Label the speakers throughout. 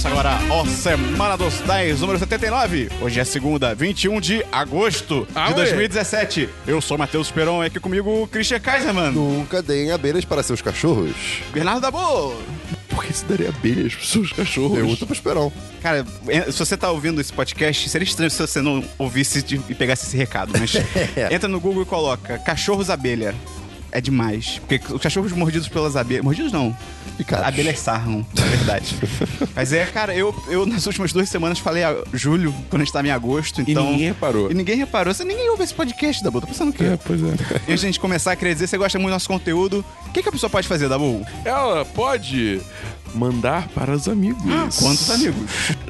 Speaker 1: Futebol Semana dos 10, número 79. Hoje é segunda, 21 de agosto
Speaker 2: Ah,
Speaker 1: de
Speaker 2: ué.
Speaker 1: 2017. Eu sou Matheus Peron, é aqui comigo o Christian Kaiserman,
Speaker 3: Nunca deem abelhas para seus cachorros.
Speaker 1: Bernardo Dabu.
Speaker 2: Por que se daria abelhas pros seus
Speaker 1: É
Speaker 2: cachorros?
Speaker 3: Pergunta pro Esperão.
Speaker 1: Cara, é, se você tá ouvindo esse podcast, seria estranho se você não ouvisse de- e pegasse esse recado, mas entra no Google e coloca cachorros abelha. É demais. Porque os cachorros mordidos pelas abelhas. Mordidos não.
Speaker 3: Picados.
Speaker 1: Abelhas sarram, na é verdade. mas é, cara, eu, eu nas últimas duas semanas falei a julho, quando a gente tava em agosto,
Speaker 2: E
Speaker 1: então.
Speaker 2: ninguém reparou.
Speaker 1: E ninguém reparou. Você ninguém ouve esse podcast, Dabu. Tá pensando o quê?
Speaker 2: É, pois é.
Speaker 1: Antes de a gente começar, queria dizer, você gosta muito do nosso conteúdo. O que, que a pessoa pode fazer, Dabu?
Speaker 2: Ela pode mandar para os amigos.
Speaker 1: Ah, Quantos amigos?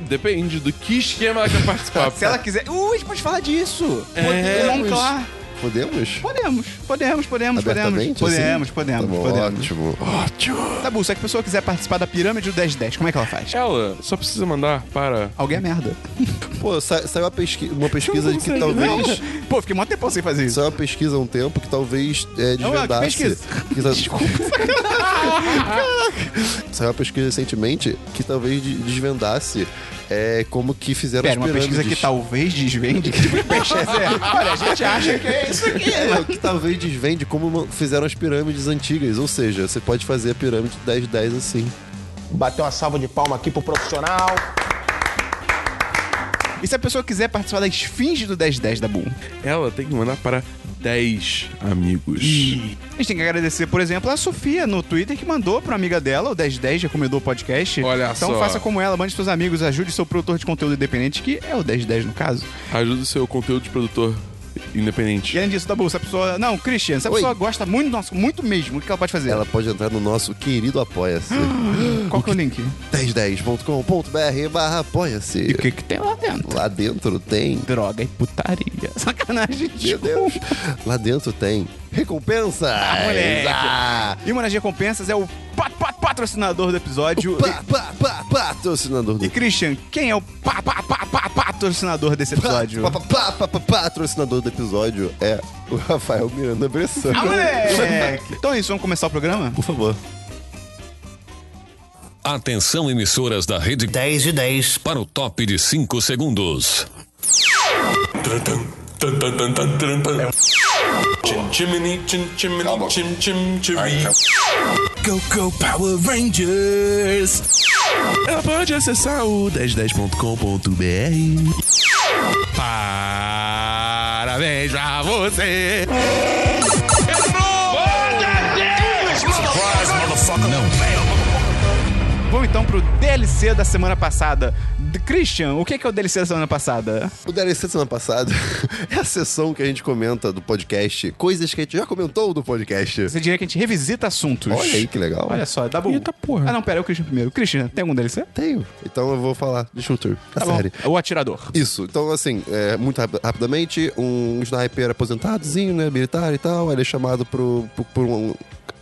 Speaker 2: Depende do que esquema ela quer participar.
Speaker 1: Se ela quiser. Uh, a gente pode falar disso!
Speaker 2: É.
Speaker 1: Podemos lá.
Speaker 3: Podemos?
Speaker 1: Podemos, podemos, podemos, podemos.
Speaker 3: Abertamente,
Speaker 1: Podemos,
Speaker 3: assim?
Speaker 1: podemos,
Speaker 3: Tá bom,
Speaker 1: podemos.
Speaker 3: Ótimo.
Speaker 2: Ótimo.
Speaker 1: Dabu, se a pessoa quiser participar da pirâmide do 1010, como é que ela faz?
Speaker 2: Ela só precisa mandar para.
Speaker 1: Alguém é merda.
Speaker 3: Pô, sa- saiu a pesqui- uma pesquisa de que
Speaker 2: Não consegue,
Speaker 3: talvez...
Speaker 1: Não. Pô, fiquei mó tempo sem fazer isso.
Speaker 3: Saiu uma pesquisa há um tempo que talvez é,
Speaker 1: Não, é, que
Speaker 3: desvendasse...
Speaker 1: pesquisa?
Speaker 3: que sa- Saiu uma pesquisa recentemente que talvez de- desvendasse é, como que fizeram
Speaker 1: Pera,
Speaker 3: as
Speaker 1: uma
Speaker 3: pirâmides.
Speaker 1: pesquisa que talvez desvende. Que tipo de peixe é essa? Olha, a gente acha que é isso aqui.
Speaker 3: É, que talvez desvende como ma- fizeram as pirâmides antigas. Ou seja, você pode fazer a pirâmide 10-10 assim.
Speaker 4: Bateu uma salva de palma aqui pro profissional.
Speaker 1: E se a pessoa quiser participar da esfinge do 1010, Dabu?
Speaker 2: Ela tem que mandar para 10 amigos.
Speaker 1: A gente tem que agradecer, por exemplo, a Sofia no Twitter que mandou pra amiga dela, o 1010 recomendou o podcast.
Speaker 2: Olha
Speaker 1: então
Speaker 2: só.
Speaker 1: faça como ela, mande seus amigos, ajude seu produtor de conteúdo independente, que é o 1010 no caso.
Speaker 2: Ajuda o seu conteúdo de produtor independente.
Speaker 1: E além disso, Dabu, se a pessoa. Não, Christian, se a
Speaker 3: Oi.
Speaker 1: pessoa gosta muito do nosso, muito mesmo, o que ela pode fazer?
Speaker 3: Ela pode entrar no nosso querido Apoia-se.
Speaker 1: Qual que é o link?
Speaker 3: 1010.com.br barra apoia-se.
Speaker 1: que tem lá dentro?
Speaker 3: Lá dentro tem.
Speaker 1: Droga e putaria. Sacanagem,
Speaker 3: Meu
Speaker 1: desculpa.
Speaker 3: Deus. Lá dentro tem recompensa.
Speaker 1: moleque. E uma das recompensas é o pat, pat, patrocinador do episódio.
Speaker 3: Pá, pá, pá, patrocinador
Speaker 1: E,
Speaker 3: do
Speaker 1: e, Christian, quem é o pa, pa, pa, pa, patrocinador desse episódio?
Speaker 3: Pá, pá, pá, pá, pá, patrocinador do episódio é o Rafael Miranda Bressan.
Speaker 1: Ah, moleque! Então é isso, vamos começar o programa?
Speaker 3: Por favor.
Speaker 5: Atenção emissoras da rede
Speaker 4: 10 e 10.
Speaker 5: para o top de 5 segundos.
Speaker 6: Chim chimney, chim chimney, chim chim chimney.
Speaker 2: Go, go, Power Rangers! Ela pode acessar o 1010.com.br. Parabéns pra você!
Speaker 1: Vamos então pro DLC da semana passada. D- Christian, o que é, que é o DLC da semana passada?
Speaker 3: O DLC da semana passada é a sessão que a gente comenta do podcast, coisas que a gente já comentou do podcast.
Speaker 1: Você diria que a gente revisita assuntos.
Speaker 3: Olha aí que legal.
Speaker 1: Olha só, dá bom.
Speaker 2: Eita porra.
Speaker 1: Ah, não, pera, é o Christian primeiro. Christian, tem algum DLC?
Speaker 3: Tenho. Então eu vou falar de shooter, da
Speaker 1: Tá bom.
Speaker 3: série.
Speaker 1: O Atirador.
Speaker 3: Isso, então assim, é, muito rap- rapidamente, um sniper aposentadozinho, né, militar e tal, ele é chamado pro, pro- por um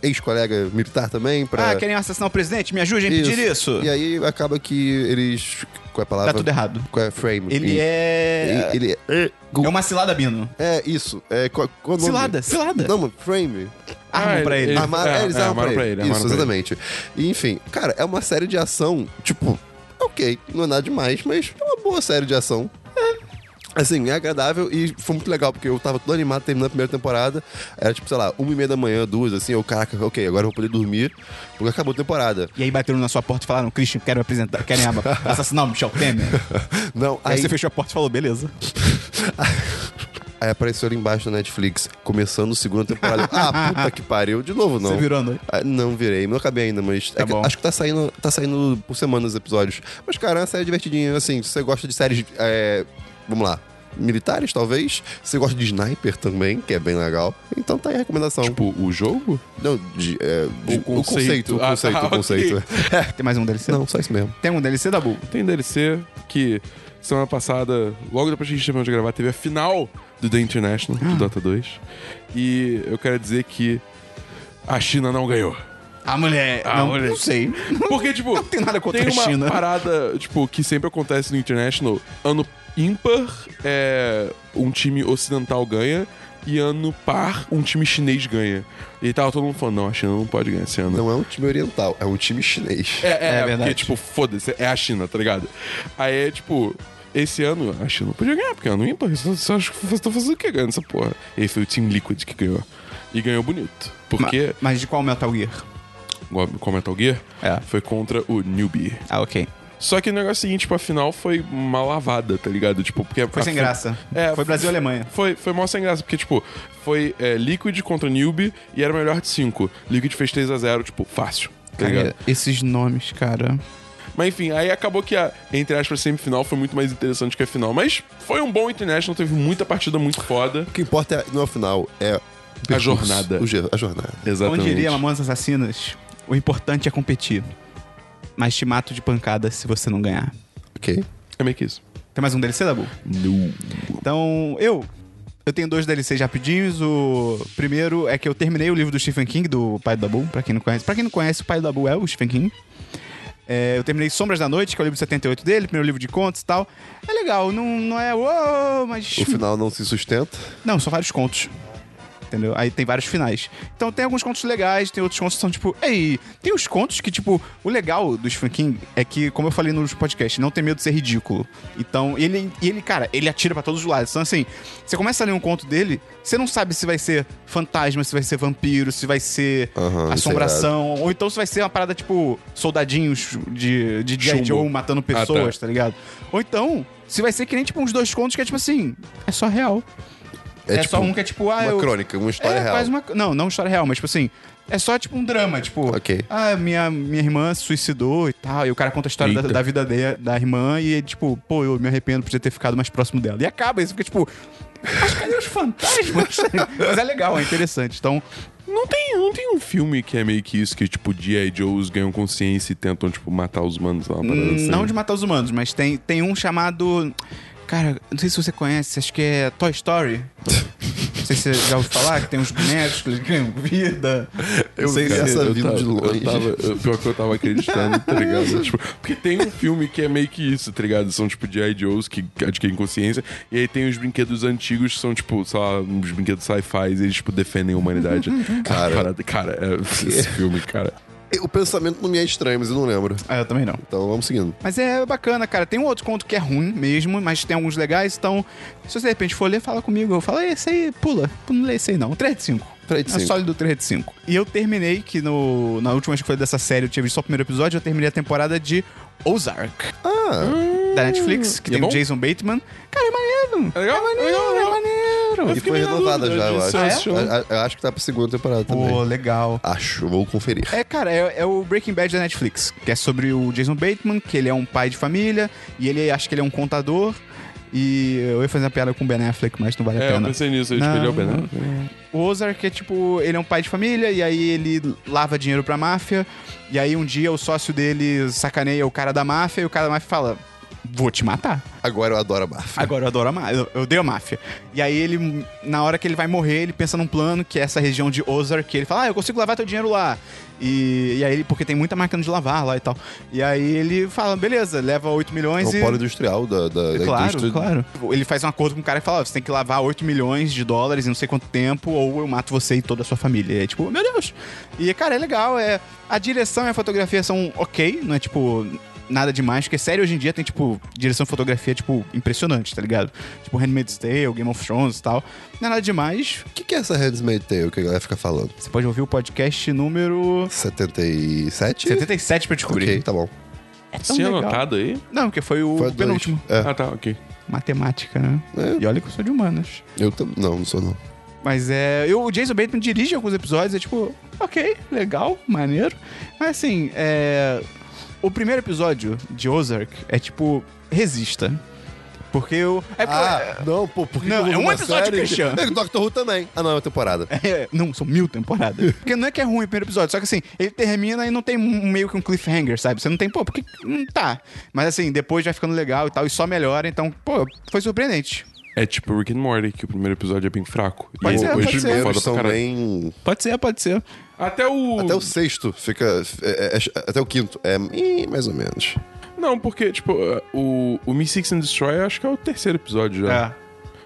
Speaker 3: ex-colega militar também pra...
Speaker 1: Ah, querem assassinar o presidente? Me ajudem a impedir isso.
Speaker 3: E aí acaba que eles... Qual é a palavra?
Speaker 1: Tá tudo errado.
Speaker 3: Qual é a frame?
Speaker 1: Ele é...
Speaker 3: Ele, ele é...
Speaker 1: É uma cilada, Bino.
Speaker 3: É isso. É, qual, qual o nome?
Speaker 1: Cilada, cilada.
Speaker 3: Não, mano, frame.
Speaker 1: Armam
Speaker 2: Ah,
Speaker 1: pra ele.
Speaker 2: ele-
Speaker 1: Ah,
Speaker 3: Armaram,
Speaker 2: é,
Speaker 3: é, eles
Speaker 2: é,
Speaker 3: armaram
Speaker 2: armaram pra
Speaker 3: pra
Speaker 2: ele,
Speaker 3: ele.
Speaker 2: armaram
Speaker 3: Isso,
Speaker 2: pra ele.
Speaker 3: exatamente. E, enfim, cara, é uma série de ação, tipo, ok, não é nada demais, mas é uma boa série de ação. É. Assim, é agradável e foi muito legal, porque eu tava todo animado terminando a primeira temporada. Era tipo, sei lá, uma e meia da manhã, duas, assim, eu, caraca, ok, agora eu vou poder dormir, porque acabou a temporada.
Speaker 1: E aí bateram na sua porta e falaram, Christian, quero apresentar, querem ab- assassinar o Michel Temer.
Speaker 3: Não,
Speaker 1: Aí
Speaker 3: aí,
Speaker 1: você fechou a porta e falou, beleza.
Speaker 3: aí apareceu ali embaixo na Netflix, começando a segunda temporada. ah, puta que pariu, de novo não.
Speaker 1: Você virou a noite.
Speaker 3: Ah, Não virei, não acabei ainda, mas é que-
Speaker 1: bom.
Speaker 3: acho que tá saindo, tá saindo por semana os episódios. Mas, cara, é uma série divertidinha, assim, se você gosta de séries, é, vamos lá, militares, talvez, se você gosta de sniper também, que é bem legal, então tá aí a recomendação.
Speaker 2: Tipo, o jogo?
Speaker 3: não, de, é, de-
Speaker 2: o conceito.
Speaker 3: o conceito, o
Speaker 2: Ah,
Speaker 3: conceito,
Speaker 2: tá,
Speaker 3: o conceito. é.
Speaker 1: Tem mais um DLC?
Speaker 3: Não, só isso mesmo.
Speaker 1: Tem um DLC, Dabu?
Speaker 2: Tem DLC que semana passada, logo depois que a gente terminou de gravar, teve a final do The International,
Speaker 1: Ah.
Speaker 2: do Dota 2. E eu quero dizer que a China não ganhou.
Speaker 1: A mulher...
Speaker 2: Ah,
Speaker 1: não,
Speaker 2: moleque.
Speaker 1: não sei.
Speaker 2: Porque, tipo,
Speaker 1: Não tem nada contra
Speaker 2: tem
Speaker 1: a
Speaker 2: uma
Speaker 1: China.
Speaker 2: parada, tipo, que sempre acontece no International. Ano ímpar, é, um time ocidental ganha. e ano par um time chinês ganha. E tava todo mundo falando, não, a China não pode ganhar esse ano.
Speaker 3: Não é um time oriental, é um time chinês.
Speaker 2: É, é,
Speaker 1: É
Speaker 2: é
Speaker 1: verdade.
Speaker 2: porque, tipo, foda-se, é a China, tá ligado? Aí é tipo. Esse ano, a China podia ganhar, porque é ano ímpar. Você você acha que vocês estão fazendo o que ganhando essa porra? E aí foi o Team Liquid que ganhou. E ganhou bonito. Porque,
Speaker 1: Ma- Mas de qual Metal Gear?
Speaker 2: igual com Metal Gear,
Speaker 1: É.
Speaker 2: foi contra o Newbie.
Speaker 1: Ah, ok.
Speaker 2: Só que o negócio é o seguinte, tipo, a final foi uma lavada, tá ligado? Tipo, porque
Speaker 1: Ah, Foi
Speaker 2: a
Speaker 1: sem
Speaker 2: fin-
Speaker 1: graça. Foi tá Brasil e Alemanha.
Speaker 2: Foi, foi mó sem graça, porque, tipo, foi é, Liquid contra Newbie e era melhor de 5. Liquid fez 3x0, tipo, fácil. Tá ligado?
Speaker 1: Cara, esses nomes, cara.
Speaker 2: Mas enfim, aí acabou que a, entre aspas, semifinal foi muito mais interessante que a final. Mas foi um bom International, teve muita partida muito foda.
Speaker 3: O que importa é, no final é o percurso,
Speaker 2: jornada.
Speaker 3: o ge- a jornada.
Speaker 2: Exatamente.
Speaker 1: Onde iria Mamonas Assassinas? O importante é competir. Mas te mato de pancada se você não ganhar.
Speaker 3: Ok?
Speaker 2: É meio que isso.
Speaker 1: Tem mais um DLC, Dabu?
Speaker 2: No.
Speaker 1: Então, eu. Eu tenho dois DLCs rapidinhos. O primeiro é que eu terminei o livro do Stephen King, do Pai do Dabu, pra quem não conhece. Pra quem não conhece, o Pai do Dabu é o Stephen King. É, eu terminei Sombras da Noite, que é o livro 78 dele, primeiro livro de contos e tal. É legal, não, não é uou, mas...
Speaker 3: O final não se sustenta.
Speaker 1: Não, são vários contos. Entendeu? Aí tem vários finais. Então tem alguns contos legais, tem outros contos que são tipo. Ei, tem os contos que, tipo, o legal do Stephen King é que, como eu falei nos podcasts, não tem medo de ser ridículo. Então, e ele, e ele, cara, ele atira pra todos os lados. Então, assim, você começa a ler um conto dele, você não sabe se vai ser fantasma, se vai ser vampiro, se vai ser
Speaker 3: Aham, isso é
Speaker 1: assombração, ou então se vai ser uma parada tipo soldadinhos de, de G.I.
Speaker 2: Chumbo.
Speaker 1: Joe matando
Speaker 3: Ah,
Speaker 2: tá.
Speaker 1: pessoas, tá ligado? Ou então, se vai ser que nem tipo uns dois contos que é tipo assim, é só real. É,
Speaker 3: tipo,
Speaker 1: só um que é tipo, ah,
Speaker 3: uma
Speaker 1: eu...
Speaker 3: crônica, uma história
Speaker 1: é,
Speaker 3: real.
Speaker 1: Quase uma... Não, não história real, mas tipo assim, é só tipo um drama, tipo,
Speaker 3: Ok.
Speaker 1: ah, minha, minha irmã se suicidou e tal, e o cara conta a história da,
Speaker 2: Eita.
Speaker 1: da vida de, da irmã e ele, tipo, pô, eu me arrependo, podia ter ficado mais próximo dela. E acaba isso, fica tipo, mas cadê os fantasmas? mas é legal, é interessante. Então,
Speaker 2: Não tem, não tem um filme que é meio que isso, que, tipo, G.I. Joes ganham consciência e tentam, tipo, matar os humanos lá. uma parada assim.
Speaker 1: não de matar os humanos, mas tem, tem um chamado... Cara, não sei se você conhece, acho que é Toy Story. Não sei se você já ouviu falar, que tem uns bonecos que eles ganham vida.
Speaker 3: Eu sei
Speaker 2: Cara,
Speaker 3: essa
Speaker 2: eu
Speaker 3: vindo
Speaker 2: tava-
Speaker 3: de longe.
Speaker 2: Eu tava, eu- pior que eu tava acreditando, tá ligado? Tipo, porque tem um filme que é meio que isso, tá ligado? São tipo G.I. Joes que adquirem consciência. E aí tem os brinquedos antigos que são tipo, sei lá, uns brinquedos sci-fi e eles tipo defendem a humanidade. cara, parada- cara, é- esse filme, cara.
Speaker 3: O pensamento não me é estranho, mas eu não lembro.
Speaker 1: Ah, eu também não.
Speaker 3: Então vamos seguindo.
Speaker 1: Mas é bacana, cara. Tem um outro conto que é ruim mesmo, mas tem alguns legais. Então, se você de repente for ler, fala comigo. Eu falo, "Ah, esse aí, pula. Não lê esse aí não. 3 de 5.
Speaker 3: 3 de
Speaker 1: É
Speaker 3: 5.
Speaker 1: sólido 3 de 5. E eu terminei, que no, na última vez que foi dessa série, eu tinha visto só o primeiro episódio, eu terminei a temporada de Ozark.
Speaker 3: Ah,
Speaker 1: Da Netflix, que
Speaker 2: E é
Speaker 1: tem
Speaker 2: bom?
Speaker 1: o Jason Bateman. Cara, é maneiro.
Speaker 2: É legal?
Speaker 1: É maneiro, é maneiro.
Speaker 2: Eu
Speaker 3: E
Speaker 2: fiquei
Speaker 3: foi
Speaker 2: meio na
Speaker 3: renovada
Speaker 2: dúvida
Speaker 3: já, eu
Speaker 2: disso,
Speaker 3: acho.
Speaker 2: esse show.
Speaker 3: A- a- Eu acho que tá pra segunda temporada
Speaker 1: Pô,
Speaker 3: também.
Speaker 1: legal.
Speaker 3: Acho, vou conferir.
Speaker 1: É, cara, é, é o Breaking Bad da Netflix, que é sobre o Jason Bateman, que ele é um pai de família, e ele acha que ele é um contador. E eu ia fazer uma piada com o Ben Affleck, mas não vale a
Speaker 2: É, eu
Speaker 1: pena.
Speaker 2: pensei nisso, eu
Speaker 1: Não.
Speaker 2: espelhei o Ben Affleck.
Speaker 1: O Ozark é tipo, ele é um pai de família, e aí ele lava dinheiro pra máfia, e aí um dia o sócio dele sacaneia o cara da máfia, e o cara da máfia fala: Vou te matar.
Speaker 3: Agora eu adoro a máfia.
Speaker 1: Agora eu adoro a máfia. Eu odeio a máfia. E aí ele, na hora que ele vai morrer, ele pensa num plano que é essa região de Ozark, que ele fala, ah, eu consigo lavar teu dinheiro lá. E, e aí ele, porque tem muita máquina de lavar lá e tal. E aí ele fala, beleza, leva 8
Speaker 3: É
Speaker 1: milhões
Speaker 3: o
Speaker 1: e.
Speaker 3: polo industrial da, da, da indústria.
Speaker 1: Claro, claro. Então, Ele faz um acordo com o cara e fala: ó, você tem que lavar 8 milhões de dólares em não sei quanto tempo, ou eu mato você e toda a sua família. E é tipo, meu Deus. E, cara, é legal. É... A direção e a fotografia são ok, não é tipo. Nada demais, porque série hoje em dia tem, tipo, direção e fotografia, tipo, impressionante, tá ligado? Tipo, Handmaid's Tale, Game of Thrones e tal. Não é nada demais.
Speaker 3: O que, que é essa Handmaid's Tale que a galera fica falando?
Speaker 1: Você pode ouvir o podcast número
Speaker 3: 77?
Speaker 1: 77 pra descobrir.
Speaker 3: Ok, tá bom.
Speaker 1: tão
Speaker 2: Tinha
Speaker 1: legal.
Speaker 2: anotado aí?
Speaker 1: Não, porque foi o
Speaker 3: Foi a dois.
Speaker 1: penúltimo.
Speaker 3: É,
Speaker 2: Ah, tá, ok.
Speaker 1: Matemática, né?
Speaker 3: É.
Speaker 1: E olha que eu sou de humanas.
Speaker 3: eu também. Não, não sou não.
Speaker 1: Mas é. Eu, o Jason Bateman dirige alguns episódios, é tipo, ok, legal, maneiro. Mas assim, é. O primeiro episódio de Ozark é tipo, resista. Porque eu. É porque
Speaker 3: Ah, não, pô, por que
Speaker 1: Não,
Speaker 3: que eu vou
Speaker 1: é um
Speaker 3: numa
Speaker 1: episódio,
Speaker 3: série?
Speaker 1: Christian.
Speaker 3: É, Doctor Who também. Ah, não, é uma temporada.
Speaker 1: É, não, são mil temporadas. Porque não é que é ruim o primeiro episódio, só que assim, ele termina e não tem um- meio que um cliffhanger, sabe? Você não tem, pô, porque. Não tá. Mas assim, depois vai ficando legal e tal, e só melhora, então, pô, foi surpreendente.
Speaker 2: É tipo Rick and Morty, que o primeiro episódio é bem fraco.
Speaker 1: Pode
Speaker 2: e
Speaker 1: ser,
Speaker 2: o-
Speaker 1: pode
Speaker 2: hoje
Speaker 1: ser.
Speaker 2: é foda
Speaker 3: Eles
Speaker 2: pra
Speaker 3: são
Speaker 2: caralho.
Speaker 3: bem.
Speaker 1: Pode ser, pode ser.
Speaker 2: Até o...
Speaker 3: Até o sexto fica. é- é- é- até o quinto. É ih, mais ou menos.
Speaker 2: Não, porque, tipo, o, o Me Six and Destroy eu acho que é o terceiro episódio já.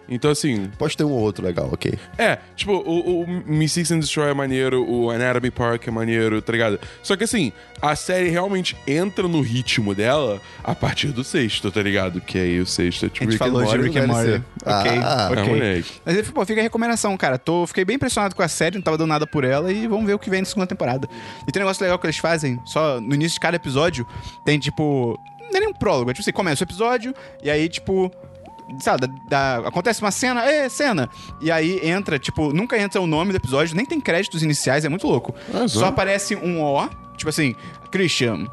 Speaker 2: Então, assim,
Speaker 3: Pode ter um ou outro legal, ok.
Speaker 2: é, tipo, o, o Me Six and Destroy é maneiro, o Anatomy Park é maneiro, tá ligado? Só que assim, a série realmente entra no ritmo dela a partir do sexto, tá ligado? Que aí o sexto é
Speaker 1: A
Speaker 2: tipo.
Speaker 1: gente
Speaker 2: Rick and
Speaker 1: falou de
Speaker 2: Morty.
Speaker 1: Rick and Morty.
Speaker 3: DLC.
Speaker 1: Ok,
Speaker 3: Ah,
Speaker 1: ok.
Speaker 2: é, moleque.
Speaker 1: Mas ele, pô, fica a recomendação, cara. Tô, fiquei bem impressionado com a série, não tava dando nada por ela e vamos ver o que vem na segunda temporada. E tem um negócio legal que eles fazem, só no início de cada episódio, tem tipo. Não é nem um prólogo, é tipo assim, começa o episódio e aí, tipo. Sabe, da- da- acontece uma cena, é cena. E aí entra, tipo, nunca entra o nome do episódio, nem tem créditos iniciais, é muito louco.
Speaker 2: Ah,
Speaker 1: Só aparece um O, tipo assim, Christian,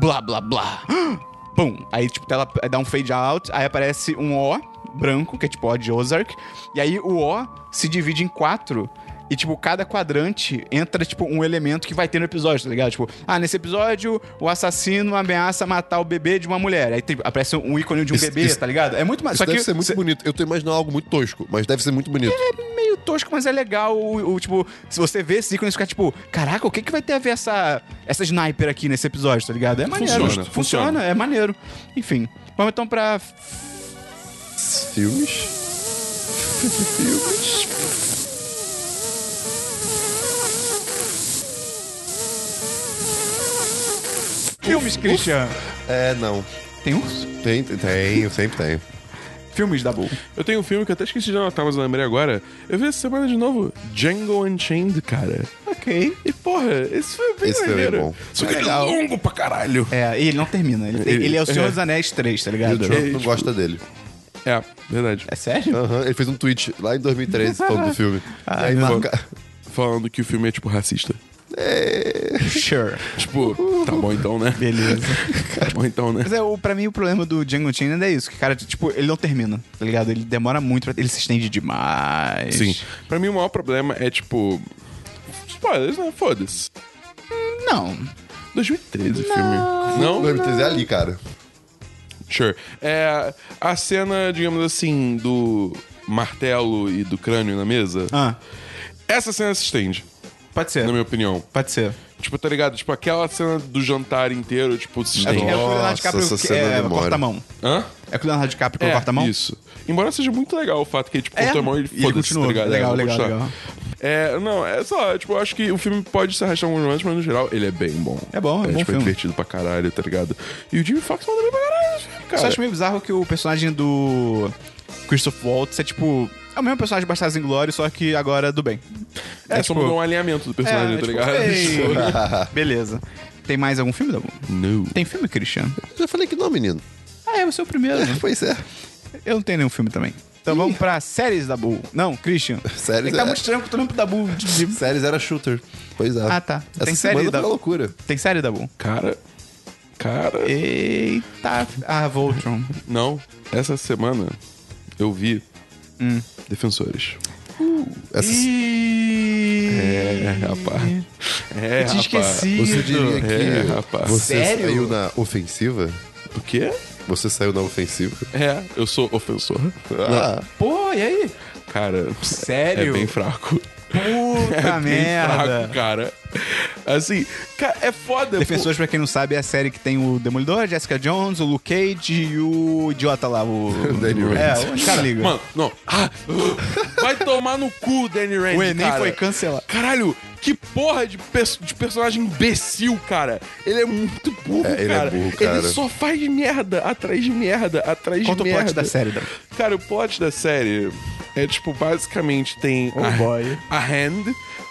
Speaker 1: blá blá blá. Pum! Aí, tipo, ela dá um fade out, aí aparece um O branco, que é tipo O de Ozark, e aí o O se divide em quatro. E, tipo, cada quadrante entra, tipo, um elemento que vai ter no episódio, tá ligado? Tipo, ah, nesse episódio, o assassino ameaça matar o bebê de uma mulher. Aí tipo, aparece um ícone de um
Speaker 3: Isso-
Speaker 1: bebê,
Speaker 3: isso-
Speaker 1: tá ligado? É muito mais.
Speaker 3: Isso
Speaker 1: Só
Speaker 3: deve
Speaker 1: que
Speaker 3: ser muito
Speaker 1: cê-
Speaker 3: bonito. Eu tô imaginando algo muito tosco, mas deve ser muito bonito.
Speaker 1: meio tosco, mas é legal. O, o, tipo, se você vê esse ícone, você fica tipo, caraca, o que, que vai ter a ver essa, essa sniper aqui nesse episódio, tá ligado? É maneiro.
Speaker 2: Funciona,
Speaker 1: Funciona,
Speaker 2: funciona.
Speaker 1: é maneiro. Enfim. Vamos então pra.
Speaker 3: Filmes?
Speaker 1: Filmes, Christian.
Speaker 3: É, não.
Speaker 1: Tem uns?
Speaker 3: Tem, tem, tem, sempre tem.
Speaker 1: Filmes da Bull.
Speaker 2: Eu tenho um filme que eu até esqueci de anotar, mas eu lembrei agora. Eu vi essa semana de novo, Django Unchained, cara.
Speaker 1: Ok.
Speaker 2: E porra, esse foi bem
Speaker 3: Esse filme é
Speaker 2: maneiro.
Speaker 3: bom.
Speaker 2: Só que ele é longo pra caralho.
Speaker 1: É, e ele não termina. Ele,
Speaker 2: Ele-
Speaker 1: ele é o Senhor
Speaker 2: é.
Speaker 1: dos Anéis 3, tá
Speaker 3: E o
Speaker 1: ligado?
Speaker 3: Trump não
Speaker 2: tipo-
Speaker 3: gosta dele.
Speaker 2: É, verdade.
Speaker 1: É sério?
Speaker 3: Aham, ele fez um tweet lá em 2013 falando do filme.
Speaker 1: Ah,
Speaker 3: E aí marca...
Speaker 2: Falando que o filme é, tipo, racista.
Speaker 1: Sure.
Speaker 2: Tipo, tá bom então, né?
Speaker 1: Beleza.
Speaker 2: Tá bom então, né?
Speaker 1: Mas é, o, pra mim o problema do Django Unchained é isso, que, cara, tipo, ele não termina, tá ligado? Ele demora muito, pra- ele se estende demais.
Speaker 2: Sim. Pra mim, o maior problema é, tipo... Spoilers, né? Foda-se.
Speaker 1: Não.
Speaker 2: 2013 o filme. Não?
Speaker 3: 2013 é ali, cara.
Speaker 2: Sure. É, a cena, digamos assim, do martelo e do crânio na mesa.
Speaker 1: Ah, É.
Speaker 2: Essa cena se estende,
Speaker 1: pode ser.
Speaker 2: na minha opinião.
Speaker 1: Pode ser.
Speaker 2: Tipo, tá ligado? Tipo, aquela cena do jantar inteiro, tipo, se
Speaker 1: É,
Speaker 2: estende.
Speaker 1: é o que o Leonardo
Speaker 3: Nossa,
Speaker 1: DiCaprio
Speaker 3: essa
Speaker 1: que-
Speaker 3: cena
Speaker 1: é,
Speaker 3: demora.
Speaker 1: corta a mão.
Speaker 2: Hã?
Speaker 1: É que o Leonardo DiCaprio que corta a mão?
Speaker 2: Isso. Embora seja muito legal o fato que ele, tipo,
Speaker 1: É.
Speaker 2: cortou a mão
Speaker 1: E
Speaker 2: e ele
Speaker 1: ele
Speaker 2: foda-se, tá
Speaker 1: continua.
Speaker 2: ligado?
Speaker 1: Legal,
Speaker 2: É, eu vou
Speaker 1: legal,
Speaker 2: gostar.
Speaker 1: legal.
Speaker 2: É, não, é só, tipo, eu acho que o filme pode se arrastar em alguns momentos, mas no geral ele é bem bom.
Speaker 1: É bom, é bom
Speaker 2: tipo,
Speaker 1: filme.
Speaker 2: divertido pra caralho, tá ligado? E o Jimmy Fox manda bem pra caralho, esse filme,
Speaker 1: Eu
Speaker 2: cara.
Speaker 1: só acho meio bizarro que o personagem do Christoph Waltz é tipo... É o mesmo personagem de Bastardos Inglórios, só que agora do bem.
Speaker 2: É, só
Speaker 1: tipo-
Speaker 2: mudou um alinhamento do personagem,
Speaker 1: é,
Speaker 2: tá
Speaker 1: tipo,
Speaker 2: ligado?
Speaker 1: ei. Beleza. Tem mais algum filme, Dabu?
Speaker 2: Não.
Speaker 1: Tem filme, Christian?
Speaker 3: Eu já falei que não, menino.
Speaker 1: Ah, é, você é o primeiro. né?
Speaker 3: Pois é.
Speaker 1: Eu não tenho nenhum filme também. Então vamos pra séries da Bull. Não, Christian.
Speaker 3: Séries
Speaker 1: é que tá
Speaker 3: é-
Speaker 1: muito estranho que eu tô olhando pro Dabu. de- de-
Speaker 3: Séries era shooter. Pois é.
Speaker 1: Ah, tá.
Speaker 3: Essa
Speaker 1: Tem
Speaker 3: semana
Speaker 1: série
Speaker 3: foi
Speaker 1: da
Speaker 3: uma loucura.
Speaker 1: Tem série da Bull?
Speaker 2: Cara. Cara.
Speaker 1: Eita. Ah, Voltron.
Speaker 2: Não. Essa semana eu vi
Speaker 1: Hum.
Speaker 2: Defensores.
Speaker 3: Essa...
Speaker 2: É, rapaz. É,
Speaker 1: Eu tinha
Speaker 2: rapaz.
Speaker 1: esquecido.
Speaker 3: Você diria que
Speaker 2: É, rapaz.
Speaker 3: você
Speaker 1: Sério?
Speaker 3: saiu na ofensiva?
Speaker 2: O quê?
Speaker 3: Você saiu na ofensiva?
Speaker 2: É, eu sou ofensor.
Speaker 3: Ah,
Speaker 1: Pô, e aí?
Speaker 2: Cara,
Speaker 1: Sério?
Speaker 2: é bem fraco.
Speaker 1: Puta
Speaker 2: é bem
Speaker 1: merda.
Speaker 2: fraco, cara. Assim, cara, é foda.
Speaker 1: Defensores, pra quem não sabe, é a série que tem o Demolidor, a Jessica Jones, o Luke Cage e o idiota lá, o...
Speaker 3: Danny
Speaker 1: é,
Speaker 3: Rand.
Speaker 1: o cara liga.
Speaker 2: Mano, não. Ah, vai tomar no cu, Danny Rand.
Speaker 1: o Enem
Speaker 2: cara.
Speaker 1: foi cancelado.
Speaker 2: Caralho, que porra de, perso- de personagem imbecil, cara. Ele é muito burro,
Speaker 3: É, ele é
Speaker 2: cara.
Speaker 3: burro, cara.
Speaker 2: Ele só faz merda, atrás de merda, atrás
Speaker 1: Conta
Speaker 2: de
Speaker 1: o
Speaker 2: merda.
Speaker 1: plot da série, Dan.
Speaker 2: Cara, o plot da série é, tipo, basicamente tem
Speaker 1: Oh,
Speaker 2: a,
Speaker 1: boy.
Speaker 2: a Hand,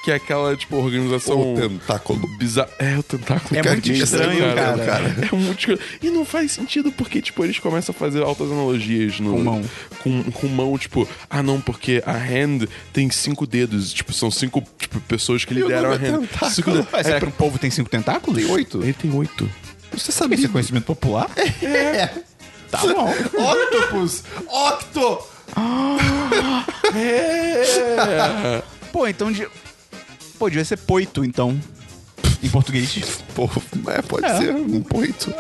Speaker 2: que é aquela, tipo, organização...
Speaker 3: O tentáculo.
Speaker 2: Bizarra. É, o tentáculo.
Speaker 1: É
Speaker 2: cara,
Speaker 1: muito
Speaker 2: que
Speaker 1: estranho, cara.
Speaker 2: É muito estranho. E não faz sentido porque, tipo, eles começam a fazer altas analogias no...
Speaker 1: Com mão.
Speaker 2: Com, com mão, tipo, ah não, porque a hand tem cinco dedos. Tipo, são cinco tipo, pessoas que lideram a
Speaker 3: nome é
Speaker 2: hand.
Speaker 3: tentáculo.
Speaker 2: Cinco dedos.
Speaker 1: Ué, será que É, o povo tem cinco tentáculos?
Speaker 3: Tem oito?
Speaker 2: Ele tem oito.
Speaker 3: Você
Speaker 1: Isso
Speaker 3: sabia?
Speaker 1: é conhecimento popular? Tá bom.
Speaker 3: Octopus! Octo!
Speaker 2: É,
Speaker 1: Pô, então... De... Pô, devia ser poito, então. Em português.
Speaker 3: Pô, é, pode ser um ponto.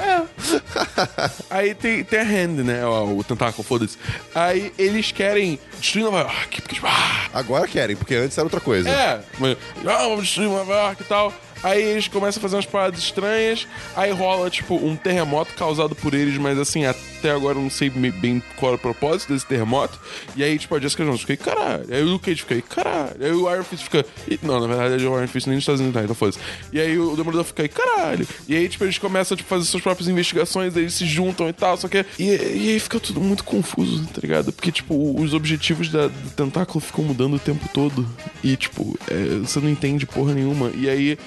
Speaker 2: Aí tem, tem a hand, né? O, o tentáculo, foda-se. Aí eles querem destruir Nova York. Porque, tipo, ah,
Speaker 3: Agora querem, porque antes era outra coisa.
Speaker 2: É, mas, ah, vamos destruir Nova York e tal. Aí eles começam a fazer umas paradas estranhas, aí rola, tipo, um terremoto causado por eles, mas assim, a até agora eu não sei me- bem qual era o propósito desse terremoto. E aí, tipo, a Jessica Jones fica, "Ih, caralho. Aí o Luke Cage fica, "Ih, caralho. Aí o Iron Fist fica, "Ih, não, na verdade o Iron Fist nem nos Estados Unidos, tá, então foda-se. E aí o Demolidor fica, "Ih, caralho. E aí, tipo, eles começam a tipo, fazer suas próprias investigações, eles se juntam e tal, só que. E, e aí fica tudo muito confuso, tá ligado? Porque, tipo, os objetivos da, do tentáculo ficam mudando o tempo todo. E, tipo, é, você não entende porra nenhuma. E aí.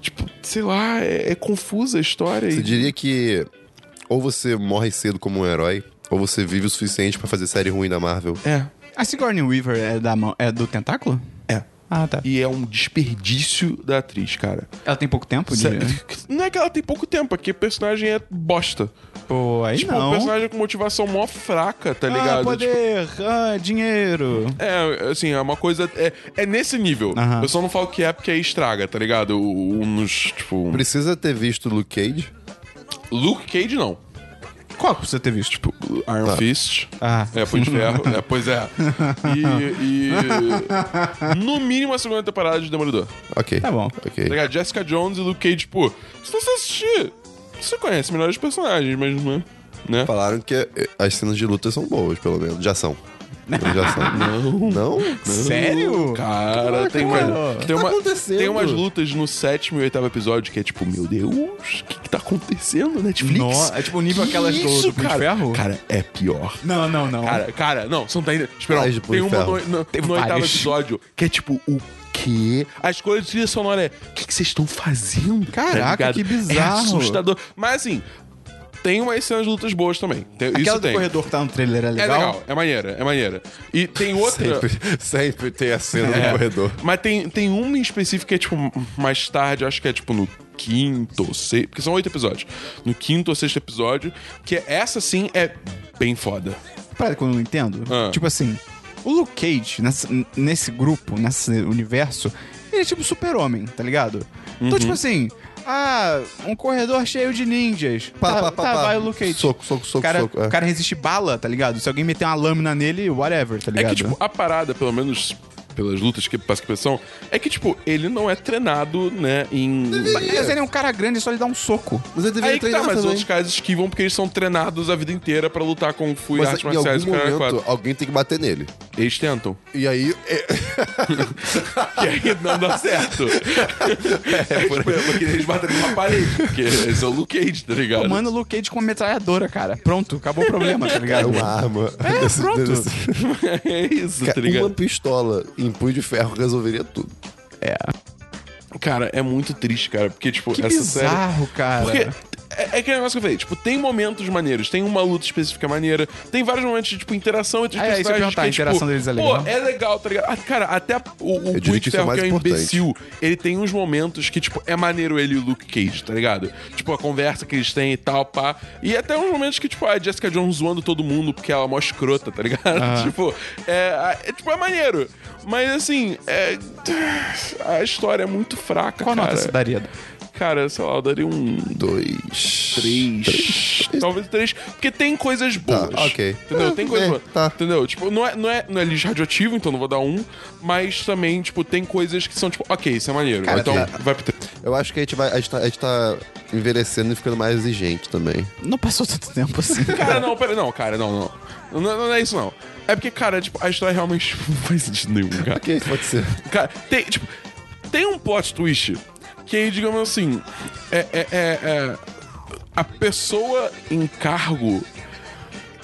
Speaker 2: Tipo, sei lá, é, é confusa a história.
Speaker 3: Você
Speaker 2: e-
Speaker 3: diria que ou você morre cedo como um herói, ou você vive o suficiente pra fazer série ruim da Marvel.
Speaker 2: É.
Speaker 1: A Sigourney Weaver é, da mão- é do tentáculo?
Speaker 2: É.
Speaker 1: Ah, tá.
Speaker 2: E é um desperdício da atriz, cara.
Speaker 1: Ela tem pouco tempo de...
Speaker 2: Sé- Não é que ela tem pouco tempo, é que o personagem é bosta.
Speaker 1: Pô, aí
Speaker 2: Tipo, um
Speaker 1: não.
Speaker 2: personagem com motivação mó fraca, tá
Speaker 1: Ah,
Speaker 2: ligado? Tipo,
Speaker 1: poder, ah, dinheiro.
Speaker 2: é, assim, é uma coisa. É, é nesse nível.
Speaker 1: Aham.
Speaker 2: Eu só não falo que é porque aí estraga, tá ligado? O, o- nos, tipo.
Speaker 3: Precisa ter visto Luke Cage.
Speaker 2: Luke Cage, não.
Speaker 1: Qual que você ter visto?
Speaker 2: Tipo, Iron Fist.
Speaker 1: Ah.
Speaker 2: É, Punho de Ferro. é, pois é. E, e. No mínimo a segunda temporada de Demolidor.
Speaker 3: Ok.
Speaker 1: Tá bom.
Speaker 3: Ok.
Speaker 2: Tá ligado? Jessica Jones e Luke Cage, tipo, se você assistir, você conhece melhores personagens, mas não é. Né?
Speaker 3: Falaram que eh, as cenas de luta são boas, pelo menos. Já são. Já são. Não. Não?
Speaker 1: Sério?
Speaker 2: Cara, é tem uma,
Speaker 1: cara?
Speaker 2: tem,
Speaker 3: tá
Speaker 2: uma,
Speaker 3: acontecendo?
Speaker 2: tem umas lutas no sétimo e oitavo episódio que é tipo, meu Deus, o que, que tá acontecendo, Netflix?
Speaker 1: No- é tipo o nível
Speaker 2: Que
Speaker 1: aquelas do-
Speaker 2: isso,
Speaker 1: do Punho de
Speaker 2: cara?
Speaker 1: Ferro?
Speaker 2: Cara, é pior.
Speaker 1: Não, não, não.
Speaker 2: Cara, cara, não, você não tá ainda. Espera,
Speaker 3: Ai, de
Speaker 2: tem
Speaker 3: punho de
Speaker 2: uma no,
Speaker 3: ferro.
Speaker 2: no-
Speaker 1: Tem
Speaker 2: no
Speaker 1: várias.
Speaker 2: oitavo episódio que é tipo, o quê? A escolha de trilha sonora é, o que que vocês estão fazendo?
Speaker 1: Caraca,
Speaker 2: ligado?
Speaker 1: que bizarro.
Speaker 2: É assustador. Mas assim, tem umas cenas de lutas boas também. Tem-
Speaker 1: Aquela
Speaker 2: isso
Speaker 1: do
Speaker 2: tem.
Speaker 1: corredor que tá no trailer é
Speaker 2: É
Speaker 1: legal?
Speaker 2: legal, é maneira, é maneira. E tem outra.
Speaker 3: Sempre, sempre tem a cena
Speaker 2: É.
Speaker 3: no corredor.
Speaker 2: Mas tem, tem uma em específico que é, tipo, mais tarde, acho que é, tipo, no quinto ou sexto... Porque são oito episódios. No quinto ou sexto episódio, que é- essa, sim, é bem foda. É
Speaker 1: Para que eu não entendo.
Speaker 2: Ah.
Speaker 1: Tipo assim, o Luke Cage, nessa- nesse grupo, nesse universo, ele é tipo super-homem, tá ligado? Então, tipo assim, ah, um corredor cheio de ninjas.
Speaker 3: Pá,
Speaker 1: tá,
Speaker 3: pá, pá,
Speaker 1: tá,
Speaker 3: pá.
Speaker 1: vai o Luke Cage.
Speaker 3: Soco, soco, soco,
Speaker 1: cara,
Speaker 3: soco, é.
Speaker 1: O cara resiste bala, tá ligado? Se alguém meter uma lâmina nele, whatever, tá
Speaker 2: É
Speaker 1: ligado?
Speaker 2: que, tipo, a parada, pelo menos pelas lutas que passa que são, é que, tipo, ele não é treinado, né, em...
Speaker 1: Mas ele é um cara grande, é só ele dar um soco.
Speaker 3: Mas ele deveria
Speaker 2: Aí que tá,
Speaker 3: treinar
Speaker 2: mas
Speaker 3: também.
Speaker 2: outros caras esquivam porque eles são treinados a vida inteira pra lutar com Fu e
Speaker 3: Mas
Speaker 2: artes
Speaker 3: em algum
Speaker 2: marciais. caralho,
Speaker 3: momento,
Speaker 2: quatro.
Speaker 3: alguém tem que bater nele.
Speaker 2: Eles tentam.
Speaker 3: E aí... é-
Speaker 2: Que aí não dá certo. É, tipo, é porque eles batem numa parede. Porque eles são Luke Cage, tá ligado?
Speaker 1: Pô, manda o Luke Cage com uma metralhadora, cara. Pronto, acabou o problema, tá
Speaker 3: É
Speaker 1: ligado?
Speaker 3: uma arma.
Speaker 1: É, pronto.
Speaker 2: É isso, tá
Speaker 3: Cara,
Speaker 2: ligado?
Speaker 3: Tá uma pistola em punho de ferro resolveria tudo.
Speaker 2: Cara, é muito triste, cara. Porque, tipo,
Speaker 1: Que
Speaker 2: essa série.
Speaker 1: bizarro, cara.
Speaker 2: Porque é, é aquele negócio que eu falei, tipo, tem momentos maneiros, tem uma luta específica maneira, tem vários momentos de, tipo, interação entre os
Speaker 1: Ah, é, isso que eu ia
Speaker 2: personagens. tipo,
Speaker 1: perguntar, a interação deles é legal?
Speaker 2: Pô, é legal, tá ligado? Ah, cara, até o, o
Speaker 3: diria
Speaker 2: Punho
Speaker 3: que
Speaker 2: de
Speaker 3: isso é
Speaker 2: Ferro, que
Speaker 3: o mais
Speaker 2: é um
Speaker 3: importante.
Speaker 2: imbecil, ele tem uns momentos que, tipo, é maneiro ele e o Luke Cage, tá ligado? Tipo, a conversa que eles têm e tal, pá. E até uns momentos que, tipo, a Jessica Jones zoando todo mundo porque ela é mó escrota, tá ligado? Tipo, é, é, tipo, é maneiro. Mas, assim, é... a história é muito fraca,
Speaker 1: Qual
Speaker 2: cara.
Speaker 1: nota você daria?
Speaker 2: Cara, sei lá, eu daria um.
Speaker 3: Dois...
Speaker 2: Três. Talvez três. Porque tem coisas boas.
Speaker 3: Tá, ok.
Speaker 2: Entendeu?
Speaker 3: É,
Speaker 2: Tem coisas
Speaker 3: é,
Speaker 2: boas.
Speaker 3: tá.
Speaker 2: Entendeu? Tipo, não é, não, é, não é lixo radioativo, então não vou dar um. Mas também, tipo, tem coisas que são, tipo, ok, isso é maneiro.
Speaker 1: Cara,
Speaker 2: então,
Speaker 1: tá-
Speaker 2: vai pro três.
Speaker 3: Eu acho que a gente, vai, a, gente tá, a gente tá envelhecendo e ficando mais exigente também.
Speaker 1: Não passou tanto tempo assim.
Speaker 2: Cara, não, pera, não, cara, não, não. Não, não, não é isso, não. É porque, cara, tipo, a história realmente não faz sentido nenhum, cara.
Speaker 3: Ok, pode ser.
Speaker 2: Cara, tem, tipo, tem um plot twist que aí, digamos assim, é, é, é- é- a pessoa em cargo.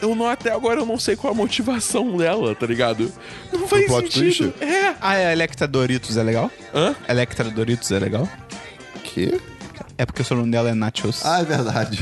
Speaker 2: Eu não, até agora eu não sei qual a motivação dela, tá ligado? Não faz
Speaker 3: plot
Speaker 2: sentido.
Speaker 3: twist?
Speaker 2: É.
Speaker 1: Ah, a Electra Doritos é legal?
Speaker 2: Hã?
Speaker 1: Electra Doritos é legal?
Speaker 3: Que?
Speaker 1: É porque o sobrenome dela é Nachos.
Speaker 3: Ah, é verdade.